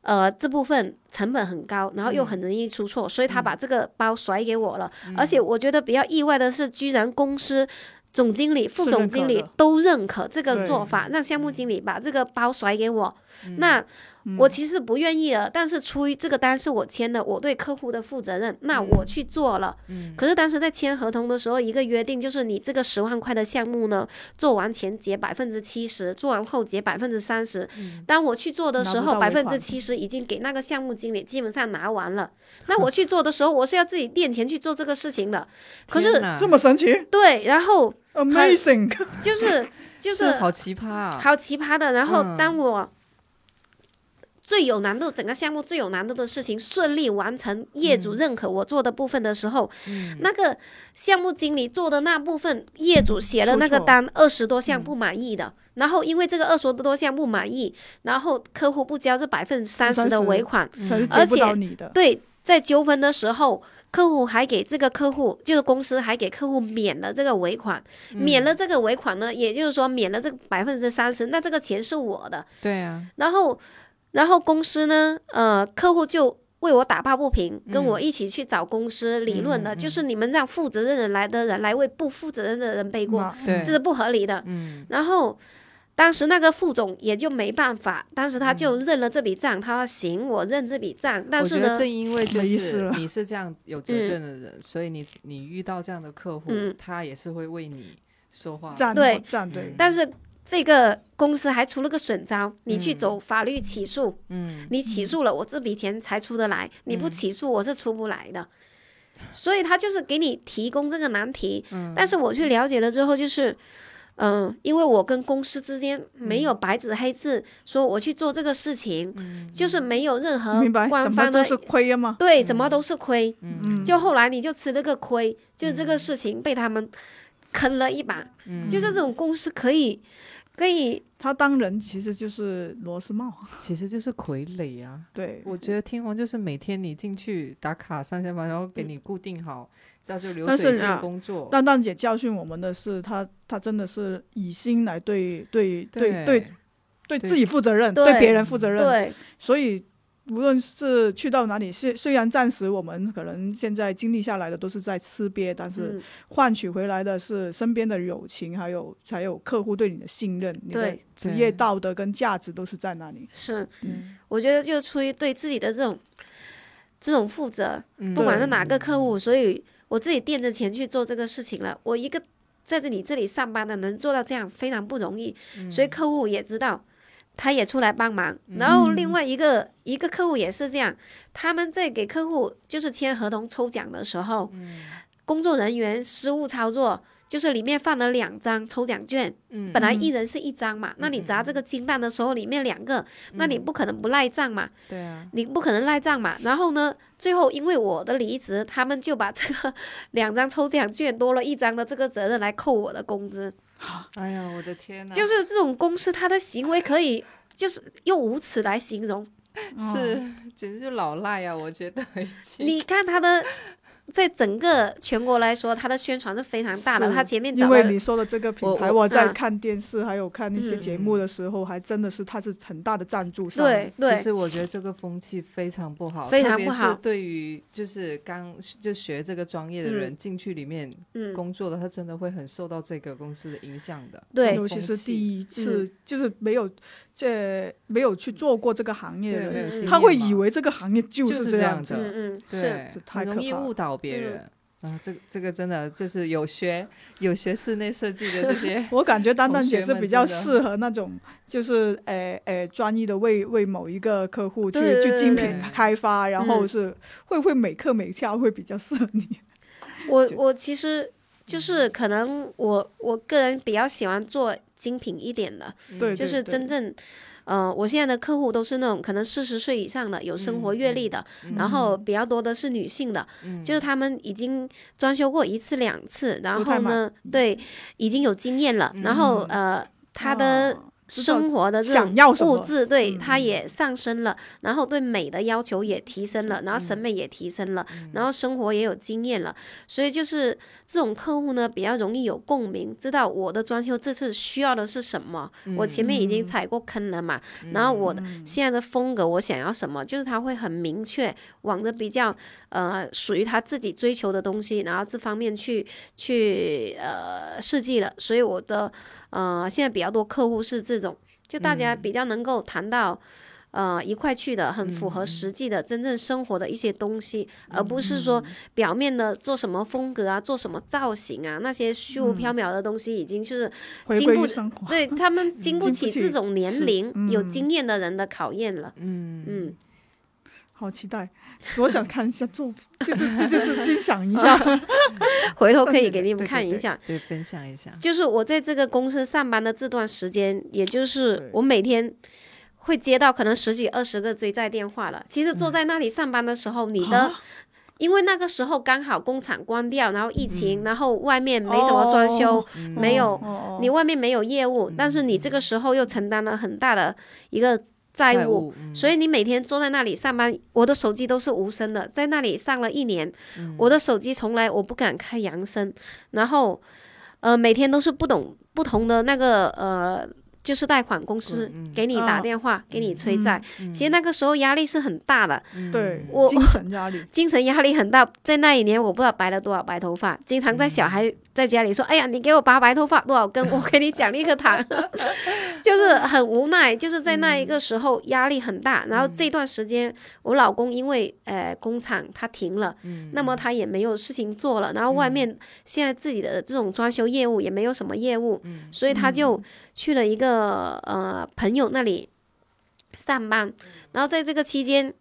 呃，这部分成本很高，然后嗯又很容易出错，所以他把这个包甩给我了。而且我觉得比较意外的是，居然公司。总经理、副是认总经可理的都认可这个对嗯做法，让项目经理把这个包甩给我。那我其实不愿意了，但是出于这个单是我签的，我对客户的负责任，那嗯我去做了。可是当时在签合同的时候，一个约定就是你这个十万块的项目呢，做完前结百分之七十，做完后结百分之三十。当我去做的时候，嗯拿百不到尾分之款七十已经给那个项目经理基本上拿 完了。那我去做的时候，我是要自己垫钱去做这个事情的。可天是哪这么神奇对，然后，amazing！就是就是 这好奇葩啊！好奇葩的。然嗯后当我最有难度，整个项目最有难度的事情顺利完成，业嗯主认可我做的部分的时候，那个项目经理做的那部分，业主写的那出个错嗯单二十多项不满意的。然后因为这个二十多项不满意，然后客户不交这百分之三十的30%尾款，才是嗯而接不且到你的，对，在纠纷的时候，客户还给这个客户，就是公司还给客户免了这个尾款，嗯免了这个尾款呢，也就是说免了这百分之三十，那这个钱是我的。对啊，然后，然后公司呢，呃，客户就为我打抱不平，嗯跟我一起去找公司理论的，就是你们让负责任的来的人来为不负责任的人背锅，那对，嗯这是不合理的。嗯然后当时那个副总也就没办法，当时他就认了这笔账，他说行，我认这笔账，但嗯我是觉得呢，正因为就没意思是了你是这样有责任的人，所以你你遇到这样的客户，嗯他也是会为你说话。站对站对，但是这个公司还出了个损招，你嗯去走法律起诉，嗯，你起诉了，我这笔钱才出得来，你嗯不起诉我是出不来的。所以他就是给你提供这个难题，嗯但是我去了解了之后，就是，嗯、因为我跟公司之间嗯没有白纸黑字、说我去做这个事情，就是没有任何明白？官怎么方的都是亏呀嘛，对，怎么都是亏。嗯，就后来你就吃了个亏，就这个事情被他们坑了一把。嗯就是这种公司可以，可以，他当人其实就是螺丝帽，其实就是傀儡啊。嗯对，我觉得听完就是每天你进去打卡上下班，然后给你固定好，照旧流但水是线啊工作。蛋蛋姐教训我们的是，她她真的是以心来对对对对对对自己负责任，对对别人负责任。对所以无论是去到哪里，虽虽然暂时我们可能现在经历下来的都是在吃瘪，但是嗯换取回来的是身边的友情，还有还有客户对你的信任，你的对职业道德跟价值都是在那里。是，嗯我觉得就出于对自己的这种这种负责，嗯不管是哪个客户，所以我自己垫着钱去做这个事情了。我一个在这里这里上班的能做到这样非常不容易，嗯所以客户也知道。他也出来帮忙，然后另外一个、一个客户也是这样，他们在给客户就是签合同抽奖的时候，嗯工作人员失误操作，就是里面放了两张抽奖券，嗯本来一人是一张嘛，那你砸这个金蛋的时候里面两个，那嗯你不可能不赖账嘛，对啊，你不可能赖账嘛。然后呢，最后因为我的离职，他们就把这个两张抽奖券多了一张的这个责任来扣我的工资，哎呀，我的天哪，就是这种公司他的行为可以。就是用无耻来 形容，是简直就老赖呀、啊！我觉得已经嗯你看他的，在整个全国来说，他的宣传是非常大的。啊是他前面找因了为你说的这个品牌，我我在啊看电视还有看一些嗯节目的时候，还真的是它是很大的赞助商。对对其实我觉得这个风气非常不好，非特常别不好是对于就是刚就学这个专业的人进去里面嗯工作的，他真的会很受到这个公司的影响的。对尤其是第一次嗯，就是没有这没有去做过这个行业对，的没有嗯人，经验他会以嘛为这个行业就就是这这样样子子。嗯嗯是对这，太很容可易怕了，误导别嗯人。啊，这个这个真的就是有学有学室内设计的这些我感觉丹丹姐同学是们比较真的适合那种，就是呃呃，专一的为为某一个客户去对对去对精对品开发，然后嗯是会不会每课每教会比较适合你？我就我其实就是嗯可能我我个人比较喜欢做精品一点的， 对，嗯对就啊是真。正。呃，我现在的客户都是那种可能四十岁以上的，有生嗯活阅历的，然后比较多的是女性的，就是她们已经装修过一次两次，然不太嗯后呢，对，已经有经验了，然后呃，她的哦知道生活的这想种要什物么？嗯质对她也上升了，然后对美的要求也提升了，然嗯后审美也提升了，然后生活也有经验了，所以就是这种客户呢比较容易有共鸣，知道我的装修这次需要的是什么，我前面已经踩过坑了嘛，然后我的现在的风格我想要什么，就是他会很明确往着比较呃属于他自己追求的东西，然后这方面去去呃设计了，所以我的呃现在比较多客户是这种。就大家比较能够谈到，呃，一块去的，很符合实际的、真正生活的一些东西，而不是说表面的做什么风格啊、做什么造型啊，那些虚嗯无缥缈的东西，已经就是、回进归步于生活。对他们经不经不起起这种是年龄、有嗯经验的人的考验了。嗯 嗯，好期待，我想看一下作品，就是这就是欣赏一 下。回头可对以对给对你们对对看一对下。对，分享一下，就是我在这个公司上班的这段时间，也就是对我每天会接到可能十几二十个追债电话了。其实坐在那里上班的时候，你嗯的。因为那个时候刚好工厂关掉，然后疫情，然后外面没什么装修，嗯哦没有、哦你外面没有业嗯务，但是你这个时候又承担了很大的一个债务，债务，嗯所以你每天坐在那里上班，我的手机都是无声的，在那里上了一年，嗯我的手机从来我不敢开扬声，然后，呃，每天都是不懂不同的那个呃就是贷款公司给你打啊电话，给你催债。嗯其实那个时候压力是很大的，对，我，精神压力精神压力很大。在那一年，我不知道白了多少白头发，经常在小孩在家里说：“哎呀，你给我拔白头发多少根，我给你奖励 个糖。”就是很无奈，就是在那一个时候压力很大。然后这段时间，我老公因为呃工厂他停了，嗯那么他也没有事情做了，然后外面现在自己的这种装修业务也没有什么业务，所以他就去了一个呃朋友那里上班。然后在这个期间，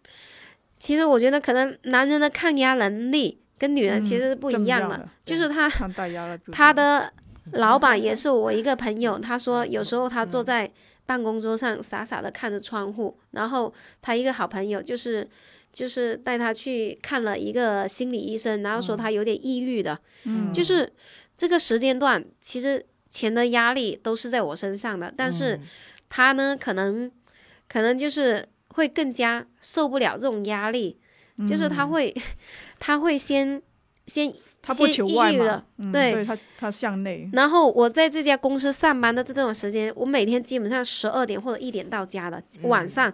其实我觉得可能男人的抗压能力跟女人其实是 不一样的，的，就是他看大压 了，他的老 板也是我一个朋友，他说有时候他坐在办公桌上傻傻的看着窗户，然后他一个好朋友就是就是带他去看了一个心理医生，然后说他有点抑郁的，嗯就是这个时间段其实钱的压力都是在我身上的，但是他呢可能可能就是会更加受不了这种压力，嗯就是他会 他会先先他不先求抑外郁嘛了，嗯对嗯对他他向内，然后我在这家公司上班的这段时间，我每天基本上十二点或者一点到家的晚上，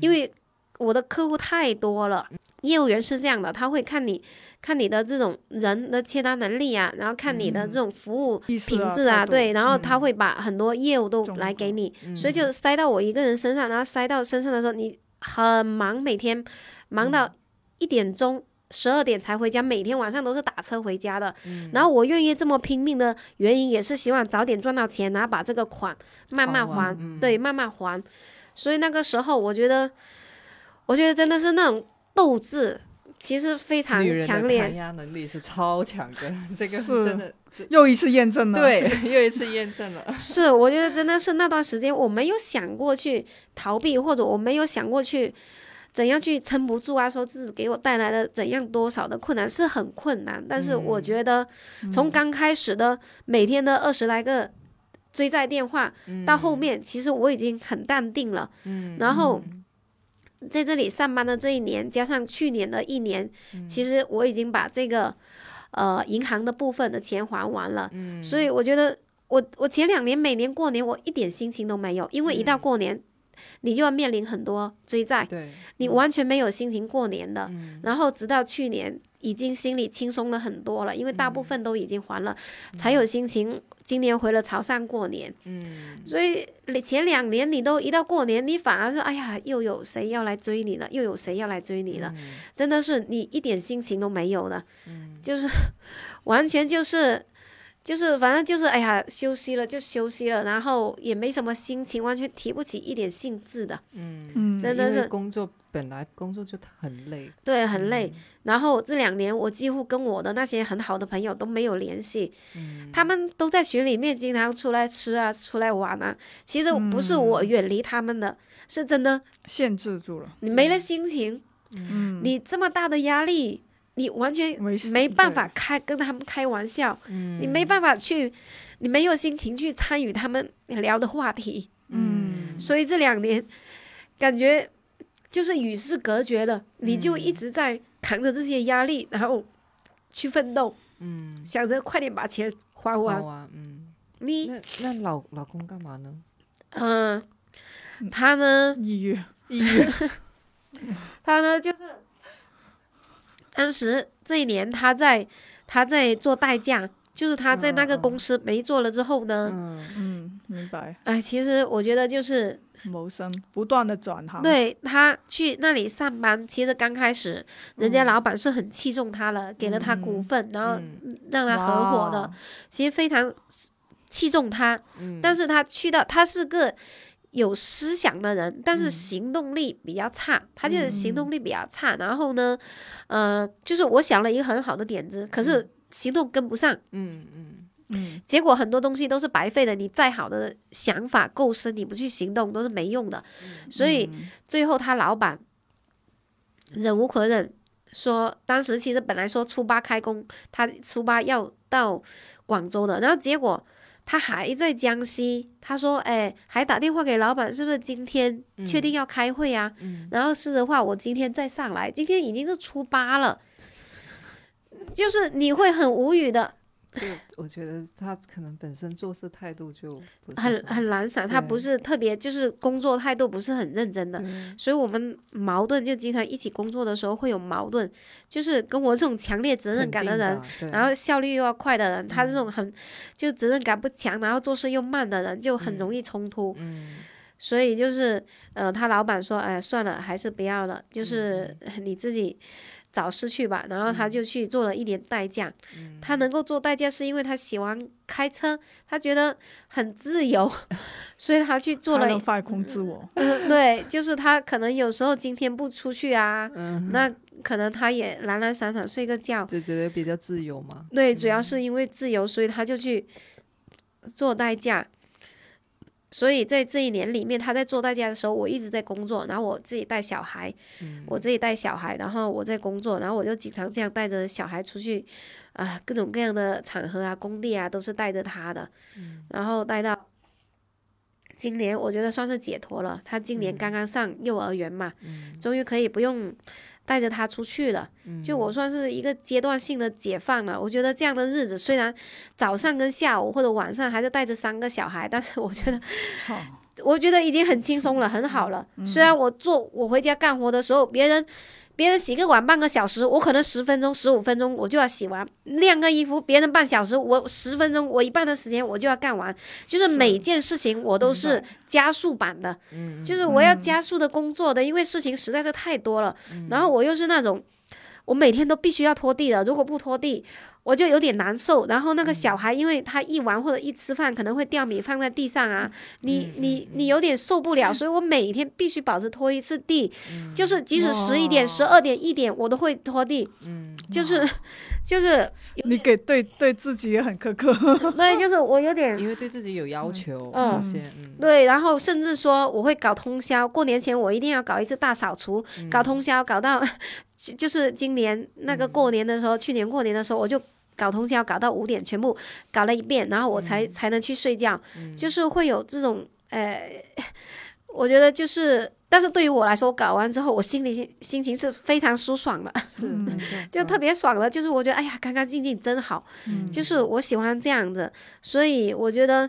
因为我的客户太多了。业务员是这样的，他会看你看你的这种人的接单能力啊，然后看你的这种服务意思品啊质态啊，度对，然后他会把很多业务都嗯综来给合你，所以就塞到我一个人身上，然后塞到身上的时候，你很忙，每天忙到嗯一点钟。十二点才回家，每天晚上都是打车回家的。嗯然后我愿意这么拼命的原因，也是希望早点赚到钱，然后把这个款慢慢还完嗯还，对，慢慢还。所以那个时候，我觉得，我觉得真的是那种斗志，其实非常女人强的烈抗。压能力是超强的，这个是真的又一次验证了，，对，又一次验证了。 是，我觉得真的是那段时间我没有想过去逃避，或者我没有想过去怎样去撑不住啊，说自己给我带来了怎样多少的困难是很困难，但是我觉得从刚开始的每天的二十来个追债电话，到后面其实我已经很淡定了，嗯，然后。在这里上班的这一年，加上去年的一年，其实我已经把这个，呃，银行的部分的钱还完了，嗯、所以我觉得我我前两年每年过年我一点心情都没有，因为一到过年，你就要面临很多追债，对，你完全没有心情过年的。然后直到去年，已经心里轻松了很多了，因为大部分都已经还了，才有心情。今年回了潮汕过年，嗯，所以你前两年你都一到过年，你反而是哎呀，又有谁要来追你了，又有谁要来追你了，真的是你一点心情都没有的，嗯，就是 完全就是就是反正就是哎呀，休息了就休息了，然后也没什么心情，完全提不起一点兴致的，嗯， 真的因为是工作本来工作就很累，对，很累。然后这两年我几乎跟我的那些很好的朋友都没有联系，他们都在群里面经常出来吃啊，出来玩啊。其实不是我远离他们的，是真的限制住了，你没了心情，嗯，你这么大的压力，你完全没没办法开跟他们开玩笑，你没办法去，你没有心情去参与他们聊的话题。嗯，所以这两年感觉就是与世隔绝了，你就一直在扛着这些压力，然后去奋斗，嗯，想着快点把钱还好完。啊，嗯。你，那那老老公干嘛 呢？嗯、他嗯呢，抑郁，抑郁。他呢，就是当时这一年他在他在做代驾，就是他在那个公司没做了之后呢，嗯嗯，明白，哎，其实我觉得就是谋生，不断的转行，，对他去那里上班，其实刚开始人嗯家老板是很器重他了，给了他股份，然后嗯让他合伙的，，其实非常器重他。哦嗯，但是是他去到，他是个有思想的人，但嗯是行动力比较差，他就是行动力比较嗯差。然后呢，呃，就是我想了一个很好的点子，可是行动跟不上，嗯嗯嗯，结果很多东西都是白费的。你再好的想法构思，你不去行动都是没用的。所以嗯最后他老板忍无可忍，说当时其实本来说初八开工，他初八要到广州的，然后结果他还在江西，他说哎，还打电话给老板，是不是今天确定要开会啊？嗯然后是的话，我今天再上来，今天已经是初八了，就是你会很无语的。就我觉得他可能本身做事态度就不是 很很懒散，他不是特别就是工作态度不是很认真的，对所以我们矛盾就经常一起工作的时候会有矛盾，就是跟我这种强烈责任感的人，，肯定然的后效率又要快的人，嗯他这种很就责任感不强，然后做事又慢的人，就很容易冲突。对嗯所以就是，呃，他老板说，哎，算了，还是不要了，嗯就是你自己找事去吧。然后嗯他就去做了一年代驾，他能够做代驾是因为他喜欢开车，他觉得很 自由，所以他去做他了能放空自我，嗯，对，就是他可能有时候今天不出去啊，嗯那可能他也懒懒散散睡个觉。就觉得比较自由嘛，对，主要是因为自由，所以他就去做代驾。所以在这一年里面，他在做代驾的时候，我一直在工作，然后我自己带小孩，我自己带小孩，然后我在工作，然后我就经常这样带着小孩出去，啊、各种各样的场合啊、工地啊，都是带着他的，然后带到今年，我觉得算是解脱了。他今年刚刚上幼儿园嘛，终于可以不用带着他出去了。就我算是一个阶段性的解放了。我觉得这样的日子，虽然早上跟下午或者晚上还是带着三个小孩，但是我觉得，操，我觉得已经很轻松了，很好了。虽然我做我回家干活的时候，别人。别人洗个碗半个小时，我可能十分钟、十五分钟我就要洗完；晾个衣服，别人半小时，我十分钟，我一半的时间我就要干完。就是每件事情我都是加速版的，就是我要加速的工作的，因为事情实在是太多了。然后我又是那种，我每天都必须要拖地的，如果不拖地，我就有点难受。然后那个小孩，因为他一玩或者一吃饭，可能会掉米放在地上啊，你你你有点受不了，所以我每天必须保持拖一次地，就是即使十一点、十二点、一点，我都会拖地。就是就是你给对对自己也很苛 刻，对，就是我有点因为对自己有要求，嗯首先，嗯，对，然后甚至说我会搞通宵，过年前我一定要搞一次大扫除，搞通宵，搞到 就就是今年那个过年的时候，去年过年的时候我就。搞通宵，搞到五点，全部搞了一遍，然后我才、才能去睡觉，就是会有这种呃， 我觉得就是，但是对于我来说，我搞完之后，我心里心心情是非常舒爽的， 是没错，嗯就特嗯别爽的，就是我觉得哎呀，干干净净真好，嗯就是我喜欢这样子，所以我觉得，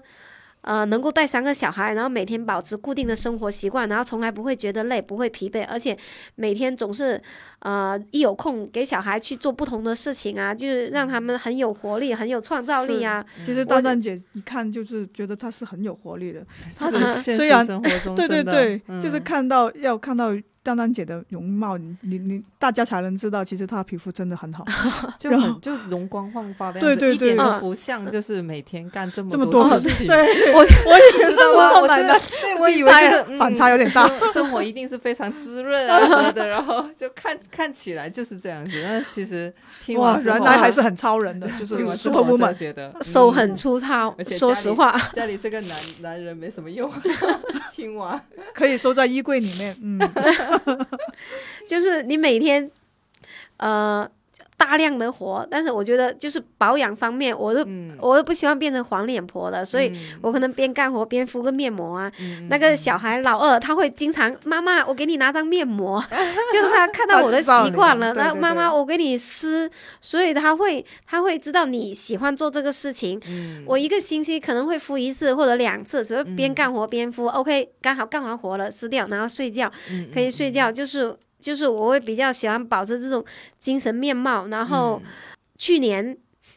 呃，能够带三个小孩，然后每天保持固定的生活习惯，然后从来不会觉得累，不会疲惫，而且每天总是，呃，一有空给小孩去做不同的事情啊，就是让嗯他们很有活力，很有创造力啊，其实蛋蛋姐一看就是觉得她是很有活力的，她只 是现虽实然生活中对对真的对，嗯就是看到要看到蛋蛋姐的容貌，你你你大家才能知道，其实她的皮肤真的很好，就然很就容光焕发的样对子，对一点对嗯都不像就是每天干 这这么多多事情， 对，我我也知道吗？我我真的，对我以为大就呀是、嗯、反差有点大生生活一定是非常滋润啊什么的，然后就看看起来就是这样子。但是其实听哇，完之后啊原来还是很超人的，就 是听完之 super 后我真 woman 的。觉得、嗯手很粗糙而，且说家实里话，家里这个男男人没什么用。 听 完可以收在衣柜里面，嗯，就是你每天，呃，大量的活，但是我觉得就是保养方面，我都、嗯我都不希望变成黄脸婆的，所以我可能边干活边敷个面膜啊。嗯那个小孩老二他会经常妈妈，我给你拿张 面膜，就是他看到我的习惯他了，知道你对然后对妈妈对我给你撕，所以他会他会知道你喜欢做这个事情。嗯我一个星期可能会敷一次或者两次，所以边干活边敷。OK，刚好干完活了撕掉，然后睡觉。嗯可以睡觉，就是就是我会比较喜欢保持这种精神面貌。然后嗯去年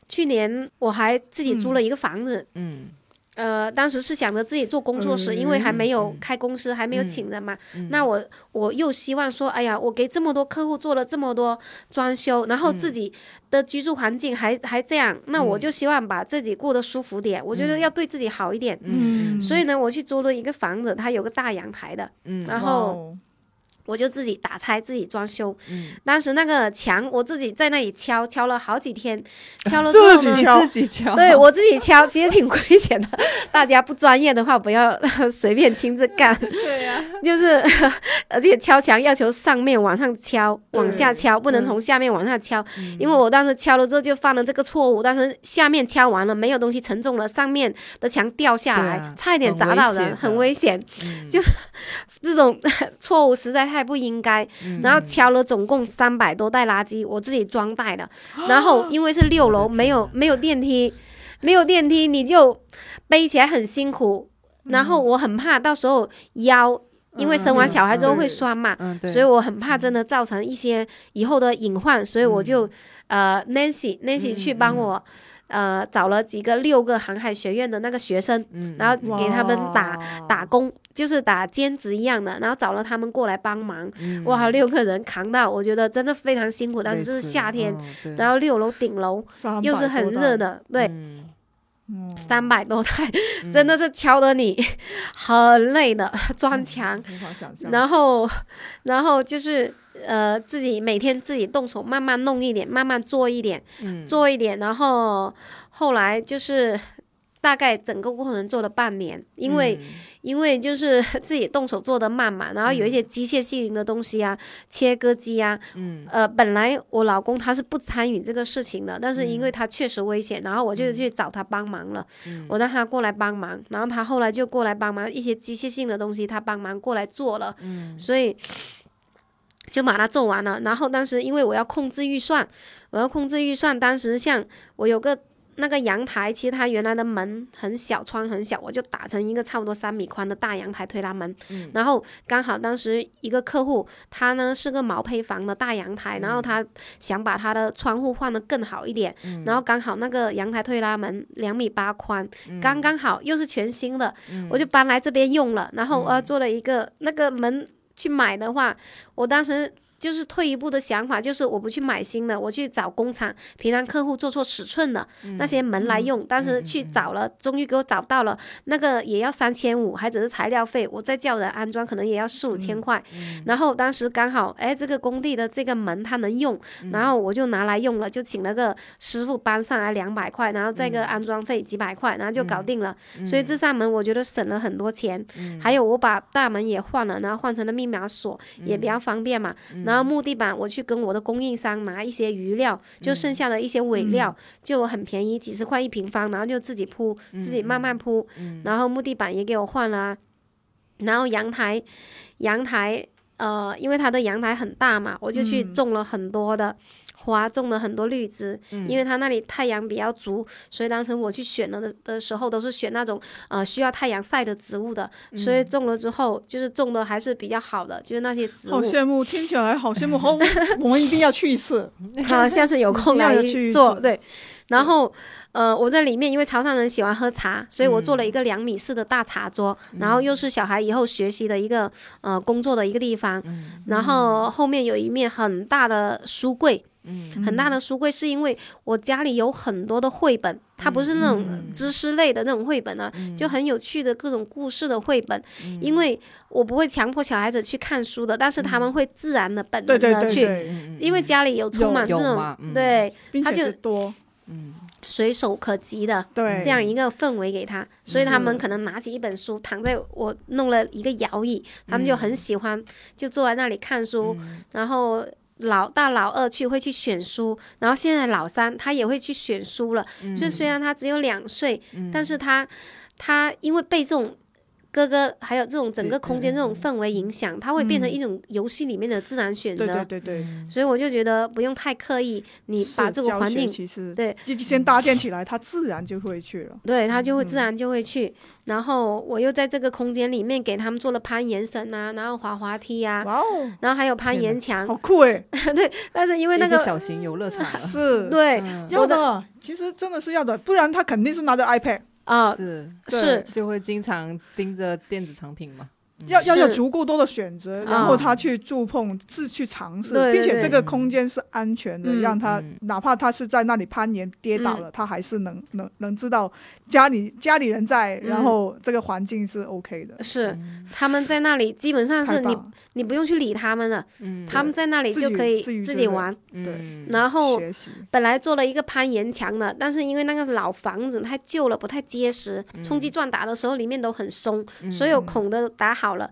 去年我还自己租了一个房子，嗯呃，当时是想着自己做工作室，因为还没嗯有开公司，还没有请人嘛。那我我又希望说，哎呀，我给这么多客户做了这么多装修，然后嗯自己的居住环境还、还这样，那我就希望把自己过得舒服点。我觉得要对自己好一点。嗯所以呢，我去租了一个房子，它有个大阳台的，嗯然哇后哦我就自己打拆，自己装修。嗯当时那个墙，我自己在那里敲，敲了好几天，敲了之后 自呢己，敲自，己敲，对我自己敲，其实挺危险的。大家不专业的话，不要随便亲自 干。对呀、就是 而且敲墙要求上面往上敲，往下敲，不能从下面往上敲。嗯因为我当时敲了之后就犯了这个错误，但是下面敲完了没有东西承重了，上面的墙掉下来，对啊差一点砸到很危人，险很的危险。就是这种 错误实在太还不应该，嗯然后敲了总共三百多袋垃圾，我自己装 袋的，然后因为是六啊楼，没有没有电梯，没有电梯你就背起来很辛苦，然嗯后我很怕到时候腰。因为生完小孩之后会酸嘛，嗯，对，所以我很怕真的造成一些以后的隐患，所以我就、嗯呃，Nancy Nancy 去帮我、呃找了几个六个航海学院的那个学生，嗯然后给他们打哦哇打工，就是打兼职一样的，然后找了他们过来帮忙。嗯哇，六个人扛到，我觉得真的非常辛苦，当时是夏天，，然后后六楼顶楼300又是很多热袋，的，对，嗯嗯三百多台，真的是敲得你 很累的，撞墙。无法想象。然后，然后就是呃，自己每天自己动手，慢慢弄一点，慢慢做一点，做一点。然后后来就是大概整个过程做了半年，嗯因为、因为就是 自己动手做的慢嘛，然后有一些机械性的东西啊，切割机啊，嗯呃，本来我老公他是不参与这个事情的，但是因为他确实危险，然后我就去找他帮忙了，我让他过来帮忙，然后他后来就过来帮忙一些机械性的东西，他帮忙过来做了，所以就把它做完了。然后当时因为我要控制预算，我要控制预算，当时像我有个。那个阳台其实它原来的门很小，窗很小，我就打成一个差不多三米宽的大阳台推拉门。然后刚好当时一个客户，他呢是个毛坯房的大阳台，然后他想把他的窗户换得更好一点，然后刚好那个阳台推拉门两米八宽，刚刚好又是全新的，我就搬来这边用了。然后呃做了一个那个门去买的话，我当时。就是退一步的想法，就是我不去买新的，我去找工厂，平常客户做错尺寸的、那些门来用。但是去找了，终于给我找到了，那个也要三千五，还只是材料费，我再叫人安装可能也要四五千块。然后当时刚好，哎，这个工地的这个门它能用，然后我就拿来用了，就请了个师傅搬上来两百块，然后再个安装费几百块，然后就搞定了。所以这扇门我觉得省了很多钱。还有我把大门也换了，然后换成了密码锁，也比较方便嘛。然后木地板我去跟我的供应商拿一些余料，就剩下的一些尾料，就很便宜，几十块一平方，然后就自己铺，自己慢慢铺。然后木地板也给我换了啊、然后阳台，阳台。呃，因为它的阳台很大嘛，我就去种了很多的花，种了很多绿植，因为它那里太阳比较足，所以当时我去选了的的时候都是选那种呃需要太阳晒的植物的，所以种了之后就是种的还是比较好的，就是那些植好物。羡慕，听起来好羡慕，好，我们一定要去一 次。嗯 啊， 下次有空来一定要去一次做对。然后，呃，我在里面，因为潮汕人喜欢喝茶，所以我做了嗯一个两米四的大茶桌，然后又是小孩以后学习的一个呃工作的一个地方。嗯然后后面有一面很大的书柜，嗯很大的书柜是因为我家里有很多的绘本，它不是那嗯种知识类的那种绘本啊，就很有趣的各种故事的绘本。嗯因为我不会强迫小孩子去看书的，但是他们会自然的、本对能嗯对的对去。对，因为家里有充满这有种嘛嗯对并他且就是多，随手可及的对这样一个氛围给他，所以是他们可能拿起一本书，躺在我弄了一个摇椅，他们就很喜欢，就坐在那里看书，嗯然后。老大、老二去会去选书，然后现在老三他也会去选书了。嗯就虽然他只有两岁，但是他他因为被这种哥哥还有这种整个对嗯空间这种氛围影响，他会变成一种游戏里面的自然选择。对对对对，所以我就觉得不用太刻意，你把是这个教环学境其实对，就先搭建起来，他自然就会去了。对他就会嗯自然就会去。然后我又在这个空间里面给他们做了攀岩绳啊，然后滑滑梯啊，哇哦，然后还有攀天哪岩墙好。酷哎！ 但是因为那一个个小型游乐场啊了， 是，对嗯要我的的，其实真的是要的，不然他肯定是拿着 iPad，啊是对是就会经常盯着电子产品嘛，嗯要要是啊有足够多的选择，然后他去触碰、自去尝试，对对并且这对个空间是安全的，嗯让他嗯哪怕他是在那里攀岩跌倒了，他还是能能能知道家里家里人在，嗯然后这个环境是 OK 的。是他们在那里基本上嗯太嗯是棒你了你不用去理他们了，嗯他们在那里自就己可以自娱自自己乐玩。嗯，然后学习，本来做了一个攀岩墙的，但是因为那个老房子太旧了，不太结实，冲击钻打的时候里面都很松，所有孔都打好了。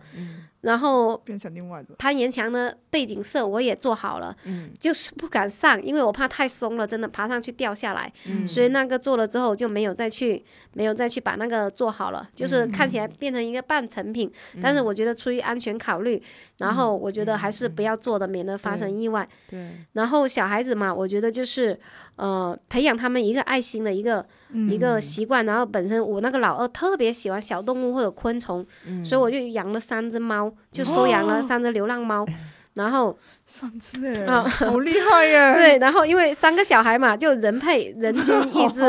然后变成另外的。攀岩墙的背景色我也做好了，嗯就是不敢上，因为我怕太松了，真的爬上去掉下来。嗯，所以那个做了之后就没有再去，没有再去把那个做好嗯了，就是看起来变成一个半成品。但是我觉得出于安全考虑，然后我觉得还是不要做的，免得发生意外。嗯对，然后小孩子嘛，我觉得就是呃，培养他们一个爱心的一个、嗯一个习惯。然后本身我那个老二特别喜欢小动物或者昆虫，所以我就养了三只猫，就收养了三只流浪猫。然后上次哎，啊好厉害耶！对，然后因为三个小孩嘛，就人配人均一只，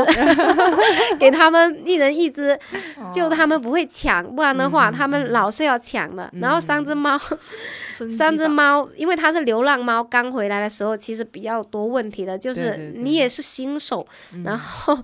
给他们一人一只，啊就他们不会抢，不然的话他们老是要抢的。然后三只猫，升级三只版猫，因为它是流浪猫，刚回来的时候其实比较多问题的，就对对是对你也是新手，嗯然后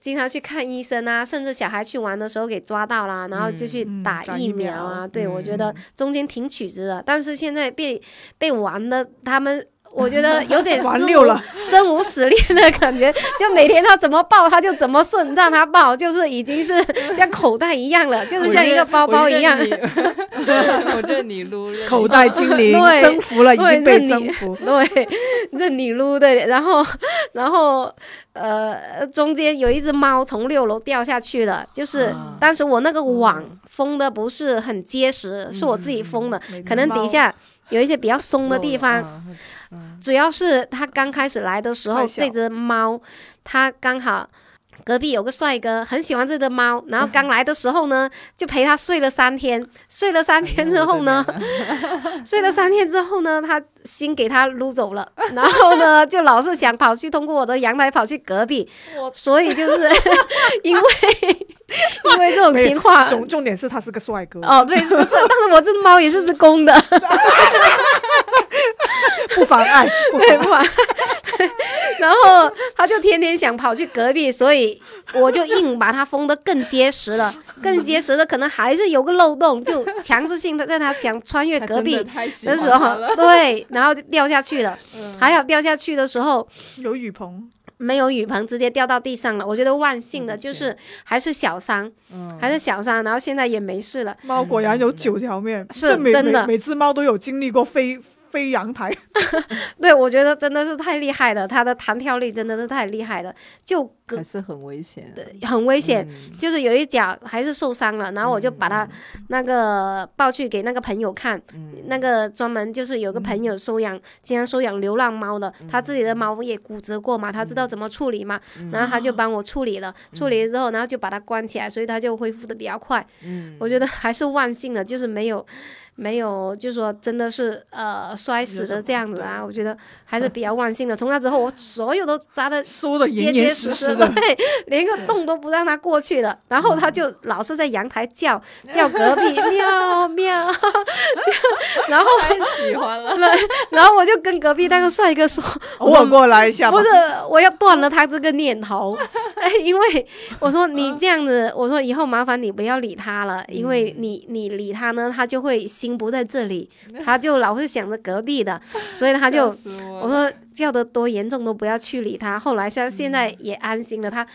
经常去看医生啊， 甚至小孩去玩的时候给抓到啦，然后就去嗯打打疫疫苗苗嗯啊。对，我觉得中间挺曲折的，但是现在被被玩的他们。我 觉得有点玩生溜无了生无实力的感觉，就每天他怎么抱他就怎么顺，让他抱，就是已经是像口袋一样了，就是像一个包包一样。 我认你撸，认你口袋精灵对征服了，已对经被那你。征服对，任你撸对，然后，然后，呃，中间有一只猫从六楼掉下去了，就是啊当时我那个网封的不是很结实，是我自己封的，嗯嗯可能底下有一些比较松的地方，啊主要是它刚开始来的时嗯候，太小这只猫它刚好。隔壁有个帅哥很喜欢这只猫，然后嗯刚来的时候呢，就陪它睡了三天。睡了哎三天之后呢，睡了三天之后呢，他心给他撸走了， 然后呢，就老是想跑去通过我的阳台跑去隔壁，所以就是 因为 因为这种情况，重重点是他是个帅哥，哦，对，是不是？但是我这只猫也是只公的，不妨碍，不妨对碍。不玩。 然后他就天天想跑去隔壁，所以我就硬把它封得更结实了，更结实的可能还是有个漏洞，就强制性的让它想穿啊越隔壁的时候，对，然后就掉下去了。还好掉下去的时候有雨棚，没有雨棚，直接掉到地上了。我觉得万幸的嗯就是嗯还是小伤，嗯还是小伤，然后现在也没事了。猫果然有九条命，是这每真的每每只猫都有经历过飞飞阳 台，对，我觉得真的是太厉害了，它的弹跳力真的是太厉害了，就隔还是很危险啊的，很危险，就是有一脚还是受伤了，然后我就把他那个抱去给那个朋友看，那个专门就是有个朋友收养，经常收养流浪猫的，他自己的猫也骨折过嘛，他知道怎么处理嘛，然后他就帮我处理了，处理了之后，然后就把它关起来，所以它就恢复的比较快。嗯，我觉得还是万幸的，就是没有。没有，就说真的是呃摔死的这样子啊，我觉得还是比较万幸的。从那之后，我所有都扎的收 的结严结严实实实实的，的。嗯 对，连个洞都不让它过去了。然后它就老是在阳台叫叫隔壁喵喵， 然后太喜欢了，然后我就跟隔壁那个帅哥说， 偶尔过来一下吧不。是 我要断了他这个念头， 哎，因为我说你这样子，我说以后麻烦你不要理他了，因为你你理他呢，他就会心不在这 里，他就老是想着隔壁的，所以 他就笑死我我了，说叫得多严重都不要去理嗯他。后来像现在也安心了，他、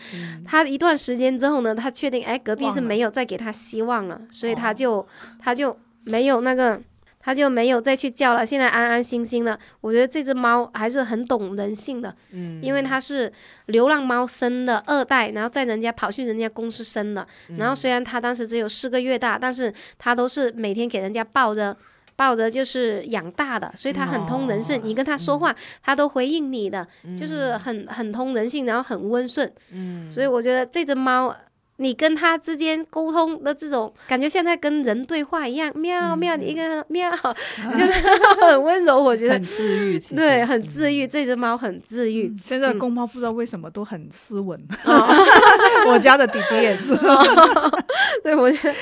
他一段时间之后呢，他确定哎隔壁是忘了没有再给他希望了，所以他就、他就没有那个。他就没有再去叫了，现在安安心心了。我觉得这只猫还是很懂人性的，嗯因为它是流浪猫生的二代，然后在人家跑去人家公司生的。然后嗯虽然它当时只有四个月大，但是它都是每天给人家抱着。抱着就是养大的，所以它很通人性。你跟它说话，哦它都回应你的，嗯就是很很通人性，然后很温顺。嗯，所以我觉得这只猫，你跟它之间沟通的这种感觉，像在跟人对话一样，喵喵，你一个 喵，就是 很温柔。我觉得嗯很嗯治愈，其实对，，很治愈。这只猫很治嗯愈。现在的公猫不知道为什么都很斯文，嗯哦 我家的弟弟也 是。对，我觉得，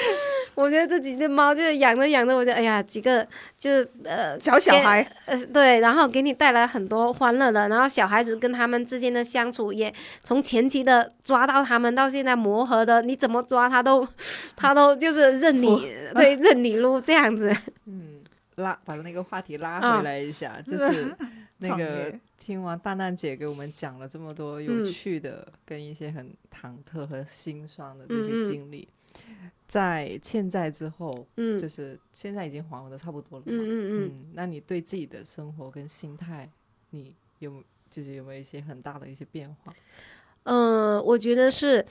我觉得这几只猫就是养着养着，我觉得哎呀，几个就是呃小小孩，呃对，然后给你带来很多欢乐的，然后小孩子跟他们之间的相处也从前期的抓到他们到现在磨合的，你怎么抓他都，他都就是任你对任你撸这样子。拉把那个话题啊拉回来一 下，就是那创个业听完蛋蛋姐给我们讲了这么多有嗯趣的，跟一些很忐忑和心酸的这嗯些嗯经历，在欠债之后，嗯就是现在已经还的差不多了嘛，嗯嗯嗯，嗯，那你对自己的生活跟心态，你有就是有没有一些很大的一些变化？嗯、呃，我觉得是。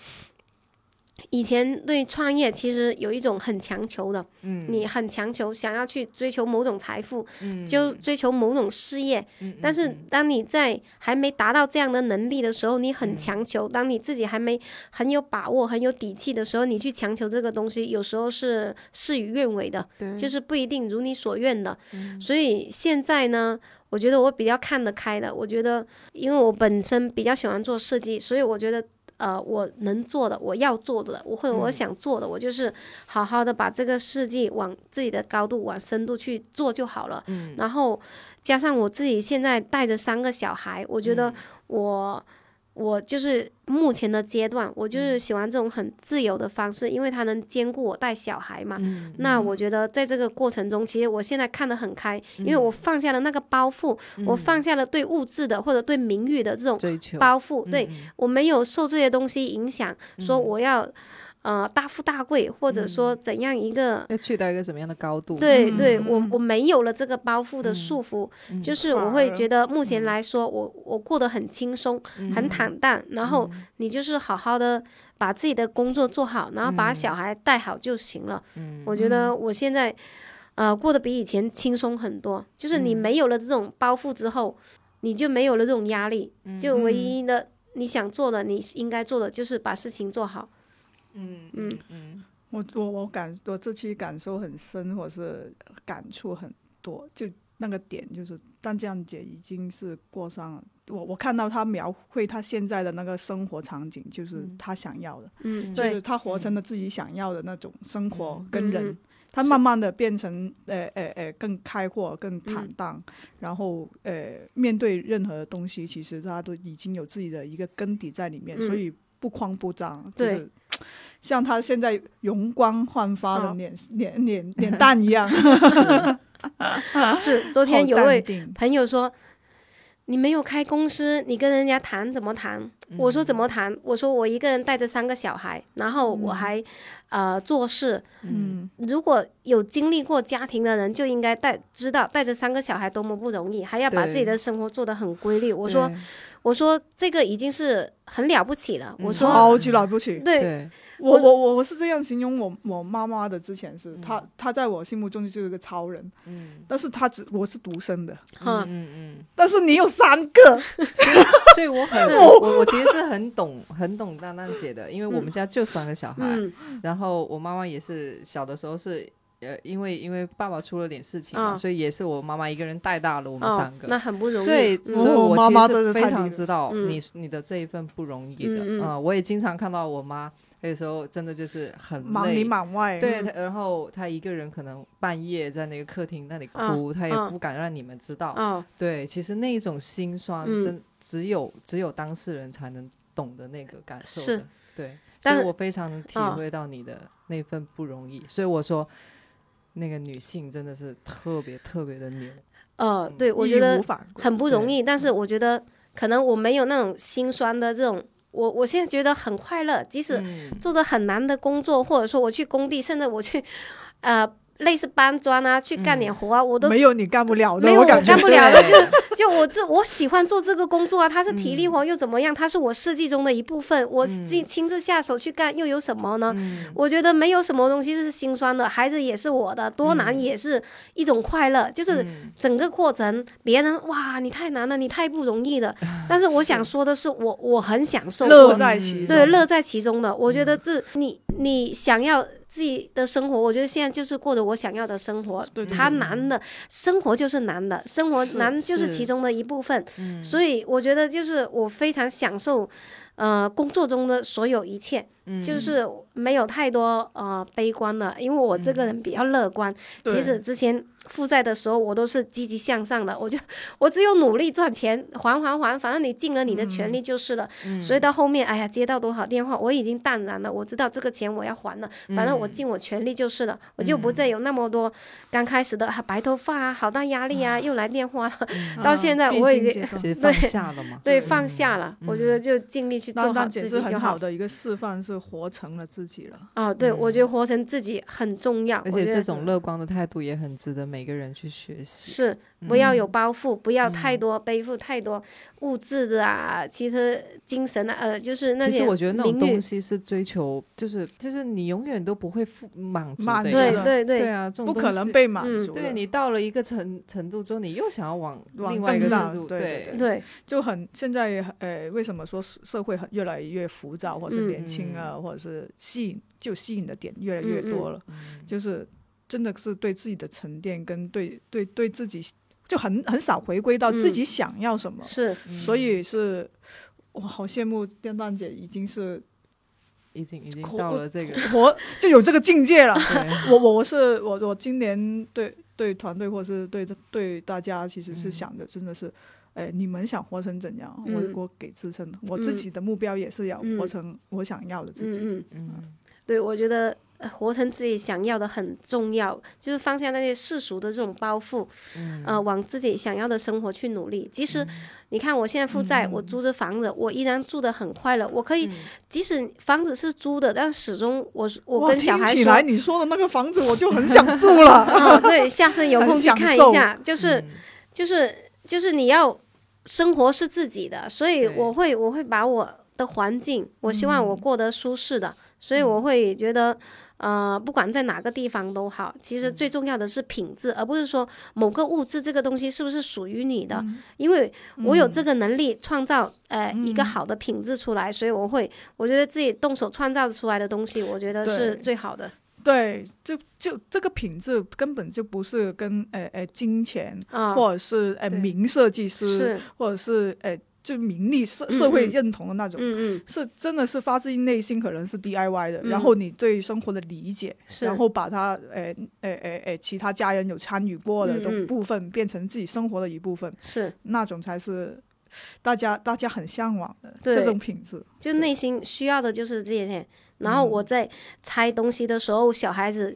以前对创业其实有一种很强求的，嗯，你很强求，想要去追求某种财富，嗯就追求某种事业。嗯但是嗯嗯当你在还没达到这样的能力的时候，你很强求；当你自己还没很有把握、很有底气的时候，你去强求这个东西，有时候是事与愿违的，对嗯就是不一定如你所愿的。所以现在呢，我觉得我比较看得开的。我觉得，因为我本身比较喜欢做设计，所以我觉得。呃，我能做的，我要做的，我或嗯者我想做的，我就是好好的把这个设计往自己的高度、往深度去做就好了。嗯然后加上我自己现在带着三个小孩，我觉嗯得我、我就是目前的阶段，我就是喜欢这种很自由的方式，因为它能兼顾我带小孩嘛。嗯那我觉得在这个过程中，其实我现在看得很开，嗯因为我放下了那个包袱，我放下了对物质的或者对名誉的这种追求包袱，对嗯我没有受这些东西影响，说我要呃大富大贵，或者嗯说怎样一个要去到一个什么样的高度？对对，嗯我我没有了这个包袱的束缚，就是我会觉得目嗯前来说，我我过得很轻松，很坦荡。然后嗯你就是好好的把自己的工作做好，然后嗯把小孩带好就行了。我觉得我现在呃过得比以前轻松很多，就是嗯你没有了这种包袱之后，你就没有了这种压力，嗯就唯一的。你想做的，你应该做的就是把事情做好。嗯嗯嗯我我我感我这期感受很深，或是感触很多，就那个点就是，但这样姐已经是过上了。我我看到她描绘她现在的那个生活场景，就是嗯她想要的，嗯，就是对，她活成了自己想要的那种生活嗯跟人。嗯她是慢慢的变成呃呃呃更开阔、更嗯坦荡，然后呃面对任何东西，其实她都已经有自己的一个根底在里面，嗯所以不慌不张，就对是像她现在容光焕发的哦 脸、脸脸脸蛋一样。是 昨天有好位淡定朋友说：“你没有开公司，你跟人家谈怎么谈？”嗯我说：“怎么谈？”我说：“我一个人带着三个小孩，然后我还、呃做事。嗯如果有经历过家庭的人，就应该带知道带着三个小孩多么不容易，还要把对自己的生活做得很规律。”我说对：“我说这个已经是很了不起了。”我嗯说。超级了不起。对，对，我我我我是这样形容我我妈妈的，之前嗯是她她在我心目中就是个超人，嗯但是她只我是独生的，哈、嗯嗯但是你有三个，嗯，所以我 很我我其实是很懂很懂蛋蛋姐的，因为我们家就三个小孩，嗯，然后我妈妈也是小的时候是。呃，因为因为爸爸出了点事情嘛，嗯所以也是我妈妈一个人带大了我们哦三，个，那很不容易。所以，嗯所以哦我妈其妈实真是的非太厉常害知道嗯你你的这一份不容易的嗯嗯啊、我也经常看到我妈有时候真的就是很忙里累，忙外。对，嗯她然后她一个人可能半夜在那个客厅那里啊哭，她也啊不敢让你们知道。哦，对，其实那一种心酸，嗯真只有只有当事人才能懂得那个感受的。是对，所但以我非常能体啊会到你的那份不容易，所以我说。那个女性真的是特别特别的牛，嗯呃，对，我义觉得无反顾很不容对嗯易，但是我觉得可能我没有那种心酸的这种，我我现在觉得很快乐，即使嗯做着很难的工作，或者说我去工地，甚至我去呃类似搬砖啊，去嗯干点活啊，我都没有你干不了的，没有感我觉干不了的，对就是就我这我喜欢做这个工作啊，它是体嗯力活又怎么样？它是我设计中的一部分，我亲亲自下手去干又有什么呢？嗯我觉得没有什么东西是心酸的，孩子也是我的，多嗯难也是一种快乐，就是整个过程，别人哇你太难了，你太不容易了，但是我想说的是，我我很享受，啊乐我在其中。对，乐在其中的。我觉嗯得这你你想要自己的生活，我觉得现在就是过着我想要的生活。对对它难的，生活就是难的，生活是嗯难就是是其中的一部分。所以我觉得就是我非常享受。呃，工作中的所有一切，嗯就是没有太多呃悲观的，因为我这嗯个人比较乐观。对即使之前负债的时候，我都是积极向上的，我就我只有努力赚钱，还还还，反正你尽了你的全力嗯就是了。所以到后面，哎呀，接到多少电话，我已经淡然了，我知道这个钱我要还了，反正我嗯尽我全力就是了，我就不再有那么多刚开始的啊白头发啊，好大压力啊，又 来电话了。嗯到现在必我已经经阶段其实放对下了嘛，对，放下了，我觉得就尽力嗯那去 做那好简自直己很就好好。的一个示范，是活成了自己了。哦，对，我觉得活成自己很重要，而我且觉得这种乐观的态度也很值得每个人去学习。嗯是不要有包袱，不要太多背负太多物质的啊，其他精神的呃，就是那其些实我觉得那种名誉东西是追求，就是就是你永远都不会付满足满的足呀。对的对对对，啊，这种不东可能西被满嗯足的，对你到了一个程程度之后，你又想要往往另外一个更程大度，对对对对，就很现在也很呃，为什么说社社会很越来越浮躁，或者是嗯年轻啊，或者是吸引就吸引的点越来越嗯嗯多了，就是真的是对自己的沉淀跟对对对自己就很很少回归到自嗯己想要什么，是嗯所以是我好羡慕电蛋姐已经是已经已经口到我了这个，活就有这个境界 了。 对我我我是我我今年对对团队或是对对大家其实是想着真的是，哎，你们想活成怎样，嗯我我给支撑。我自己的目标也是要嗯活成我想要的自己。嗯嗯，嗯，对，我觉得呃活成自己想要的很重要，就是放下那些世俗的这种包袱，呃，嗯往自己想要的生活去努力。即使你看我现在负债，嗯我租着房子，我依然住得很快乐，我可以，即使房子是租的，但始终我是我哇跟小听孩起说来，你说的那个房子，我就很想住了。哦，对，下次有很空去享看受嗯一下，就是、就是就是你要生活是自己的，所以对我会我会把我的环境，我希望嗯我过得舒适的，所以我会觉得。呃，不管在哪个地方都好，其嗯实最重要的是品质，而不是说某个物质这个东西是不是属于你的。嗯因为我有这个能力创造、呃一嗯个好的品质出来，所以我会，我觉得自己动手创造出来的东西，我觉得是对最好的。对，就就这个品质根本就不是跟呃呃金钱，啊、或者是呃对名设计师，是，或者是呃就名利社嗯社会嗯认同的那种。嗯嗯，是真的是发自内心，可能是 DIY 的，嗯然后你对生活的理解，是，然后把它哎诶诶诶诶其他家人有参与过的嗯都嗯部分、变成自己生活的一部分，是，那种才是大家大家很向往的对呃这种品质。就内心需要的就是这些。然嗯后我在拆东西的时候，小孩子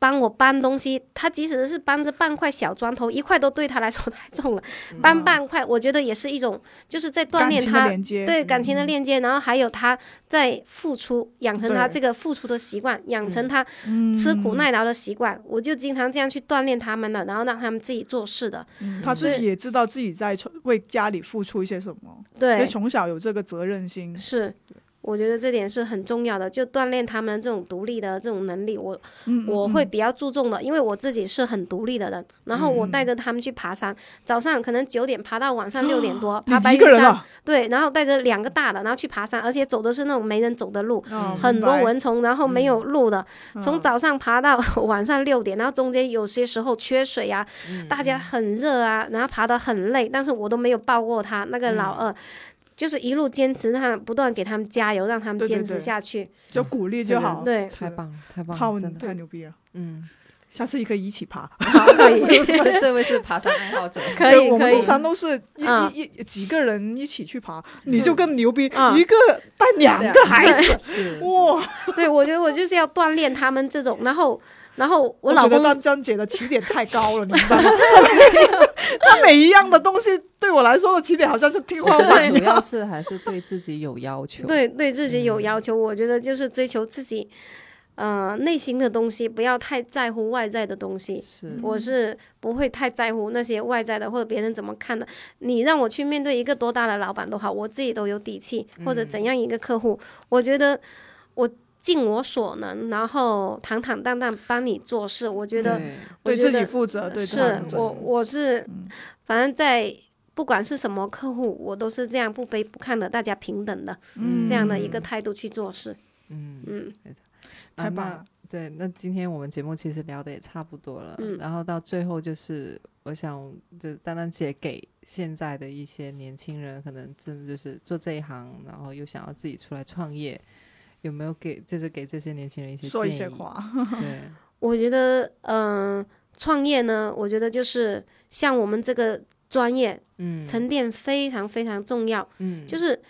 帮我搬东西，他即使是搬着半块小砖头，一块都对他来说太重了，搬半块，我觉得也是一种，就是在嗯锻感炼情的他。连接，嗯对感情的链接，然后还有他在付出，养成他对嗯这个付出的习惯，养成他吃苦耐劳的习惯，我就经常这样去锻炼他们了，然后让他们自己做事的。嗯他自对己也知道自己在为家里付出一些什么，所对以，从小有这个责任心。是，我觉得这点是很重要的，就锻炼他们的这种独立的这种能力。我嗯，嗯我会嗯比较注重的，因为我自己是很独立的人。然后我嗯带着他们去爬山，早上可能九点爬到晚上六点多，爬白你一云个人山。啊，对，然后带着两个大的，然后去爬山，而且走的是那种没人走的路，哦很多，明嗯蚊虫，然后没有路的，白从早上爬到 晚上六点，然后中间有些时候缺水啊，嗯大家很热啊，然后爬得很累，但是我都没有抱过他那个嗯老二，就是一路坚持他，不断给他们加油，让他们对对坚对持下去。就鼓励就好，对是太棒了，太棒好了，真太的，牛逼了， 嗯，下次也可以一起爬。好，可以，这 这位是爬山爱好者， 可对，以，我们可以通。常都是一嗯一一几个人一起去爬，你就更牛逼，嗯啊一个带两个孩子，啊是哇！对，我觉得我就是要锻炼他们这种，然后，然后我老觉得公，张江姐的起点太高了，你知道吗？她每一样的东西对我来说的起点好像是天我花觉板得一主样。要是还是对自己有要求，对对自己嗯有要求，我觉得就是追求自己，呃，内心的东西，不要太在乎外在的东西。嗯是，我是不会太在乎那些外在的或者别人怎么看的。你让我去面对一个多大的老板都好，我自己都有底气，或者嗯怎样一个客户，我觉得我尽我所能，然后堂堂荡荡帮你做事，我觉得对，我对觉自得己负责，对自己是负责我，我是，嗯反正在不管是什么客户，我都是这样不卑不亢的，大家平等的、嗯这样的一个态度去做事。嗯，嗯，啊太棒那了。对，那今天我们节目其实聊的也差不多了，嗯然后到最后就是，我想就丹丹姐给现在的一些年轻人，可能真的就是做这一行，然后又想要自己出来创业，有没有给就是给这些年轻人一些说一建些议？话， 对，我觉得，嗯、创业呢，我觉得就是像我们这个专业嗯，沉淀非常非常重要，嗯，就是是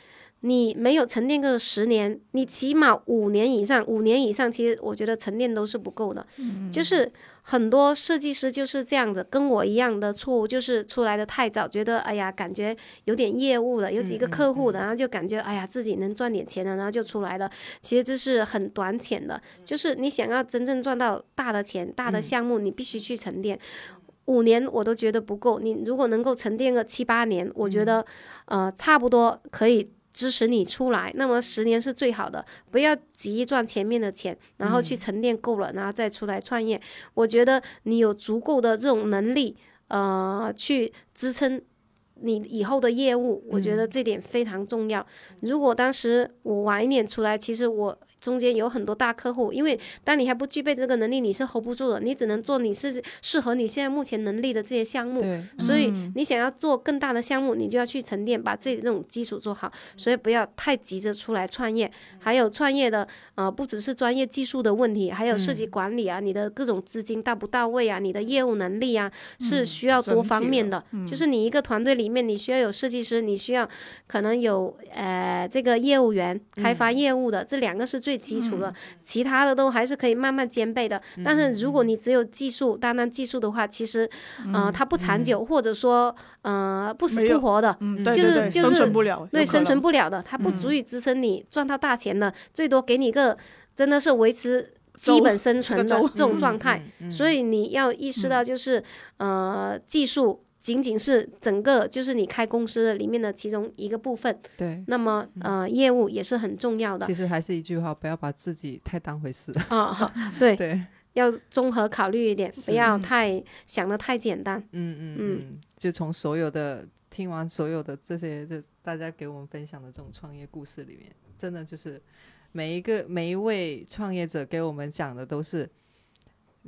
你没有沉淀个十年，你起码五年以上，五年以上，其实我觉得沉淀都是不够的。嗯就是很多设计师就是这样子，跟我一样的错误，就是出来的太早，觉得哎呀，感觉有点业务了，有几个客户的，然后就感觉哎呀自己能赚点钱了，然后就出来了。其实这是很短浅的，就是你想要真正赚到大的钱、大的项目，你必须去沉淀。五年我都觉得不够，你如果能够沉淀个七八年，我觉得，呃，差不多可以支持你出来。那么十年是最好的，不要急于赚前面的钱，然后去沉淀够了，然后再出来创业。我觉得你有足够的这种能力，呃，去支撑你以后的业务，我觉得这点非常重要。如果当时我晚一点出来，其实我中间有很多大客户，因为当你还不具备这个能力，你是 hold 不住的，你只能做你是适合你现在目前能力的这些项目。对，嗯所以你想要做更大的项目，你就要去沉淀，把自己的那种基础做好。所以不要太急着出来创业。还有创业的，呃，不只是专业技术的问题，还有涉及管理啊，你的各种资金到不到位啊，你的业务能力啊，是需要多方面的。就是你一个团队里面，你需要有设计师，你需要可能有呃这个业务员开发业务的，这两个是最基础的，其他的都还是可以慢慢兼备的。嗯但是如果你只有技术，单单技术的话，其实嗯呃它不长久，或者说呃不死没有不活的，嗯，对就对是对，就是生存不了，对，有可生能存不了的，它嗯不足以支撑你赚到大钱的，最多给你个真的是维持基周本生存 的周这种状态。嗯，嗯所以你要意识到，就是、呃，技术仅仅是整个就是你开公司的里面的其中一个部分，对，那么呃，业务也是很重要的其实嗯还是一句话，不要把自己太当回事。啊、哈对，对，要综合考虑一点，不要太想的太简单。嗯嗯嗯嗯，就从所有的听完所有的这些，就大家给我们分享的这种创业故事里面，真的就是每一个每一位创业者给我们讲的都是，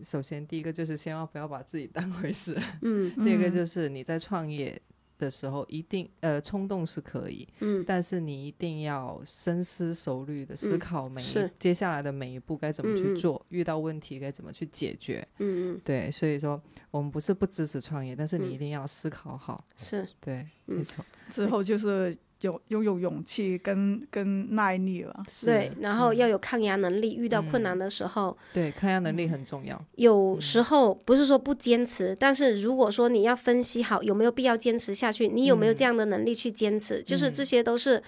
首先第一个就是千万不要把自己当回事，嗯第二个就是你在创业的时候一定呃冲动是可以，嗯但是你一定要深思熟虑的思嗯考每一、是接下来的每一步该怎么嗯去嗯做，遇到问题该怎么去解决，嗯嗯，对，所以说我们不是不支持创业，但是你嗯一定要思考好。是对，没嗯错，之后就是有拥有勇气跟跟耐力了。是对，然后嗯要有抗压能力，遇到嗯困难的时候。对抗压嗯能力很重要。有时候不是说不坚持，但是如果说你要分析好有没有必要坚持下去，你有没嗯有这样的能力去坚持，就是这些都是，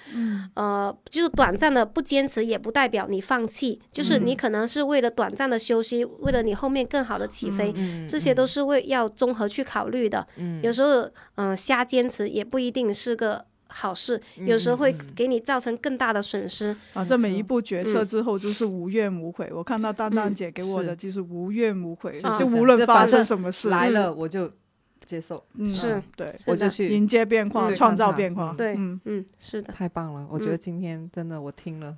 呃，就是短暂的不坚持，也不代表你放弃，就是嗯你可能是为了短暂的休息，为了你后面更好的起飞，嗯，这些都是为要综合去考虑的。有时候，嗯、瞎坚持也不一定是个好事，嗯有时候会给你造成更大的损失。啊，这每一步决策之后就是无怨无悔。我看到蛋蛋姐给我的就是无怨无悔，就是就这无样论就发反生正什么事，来了我就接受，嗯，是对，我就是嗯的去嗯迎接变化，对创造看它变化嗯，对嗯，嗯，是的，太棒了！我嗯觉得今天真的我听了，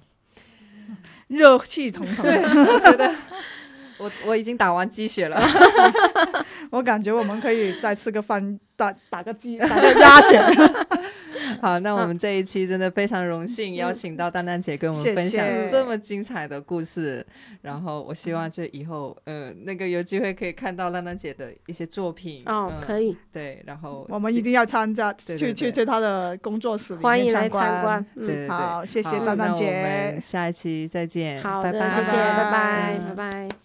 热气腾腾。我觉得 我我已经打完鸡 血了。我感觉我们可以再吃个饭，打打个鸡，打个鸭血。 好，那我们这一期真的非常荣幸邀请到丹丹姐跟我谢们分享谢这么精彩的故事，然后我希望就以后呃那个有机会可以看到丹丹姐的一些作品哦，嗯可以，对，然后我们一定要参加，对对去对去去他的工作嗯室里欢面迎来参参观。。对嗯。对对，好，谢谢好丹那丹我姐们。下一期再见，好拜的，拜嗯谢谢，拜拜拜，拜拜拜。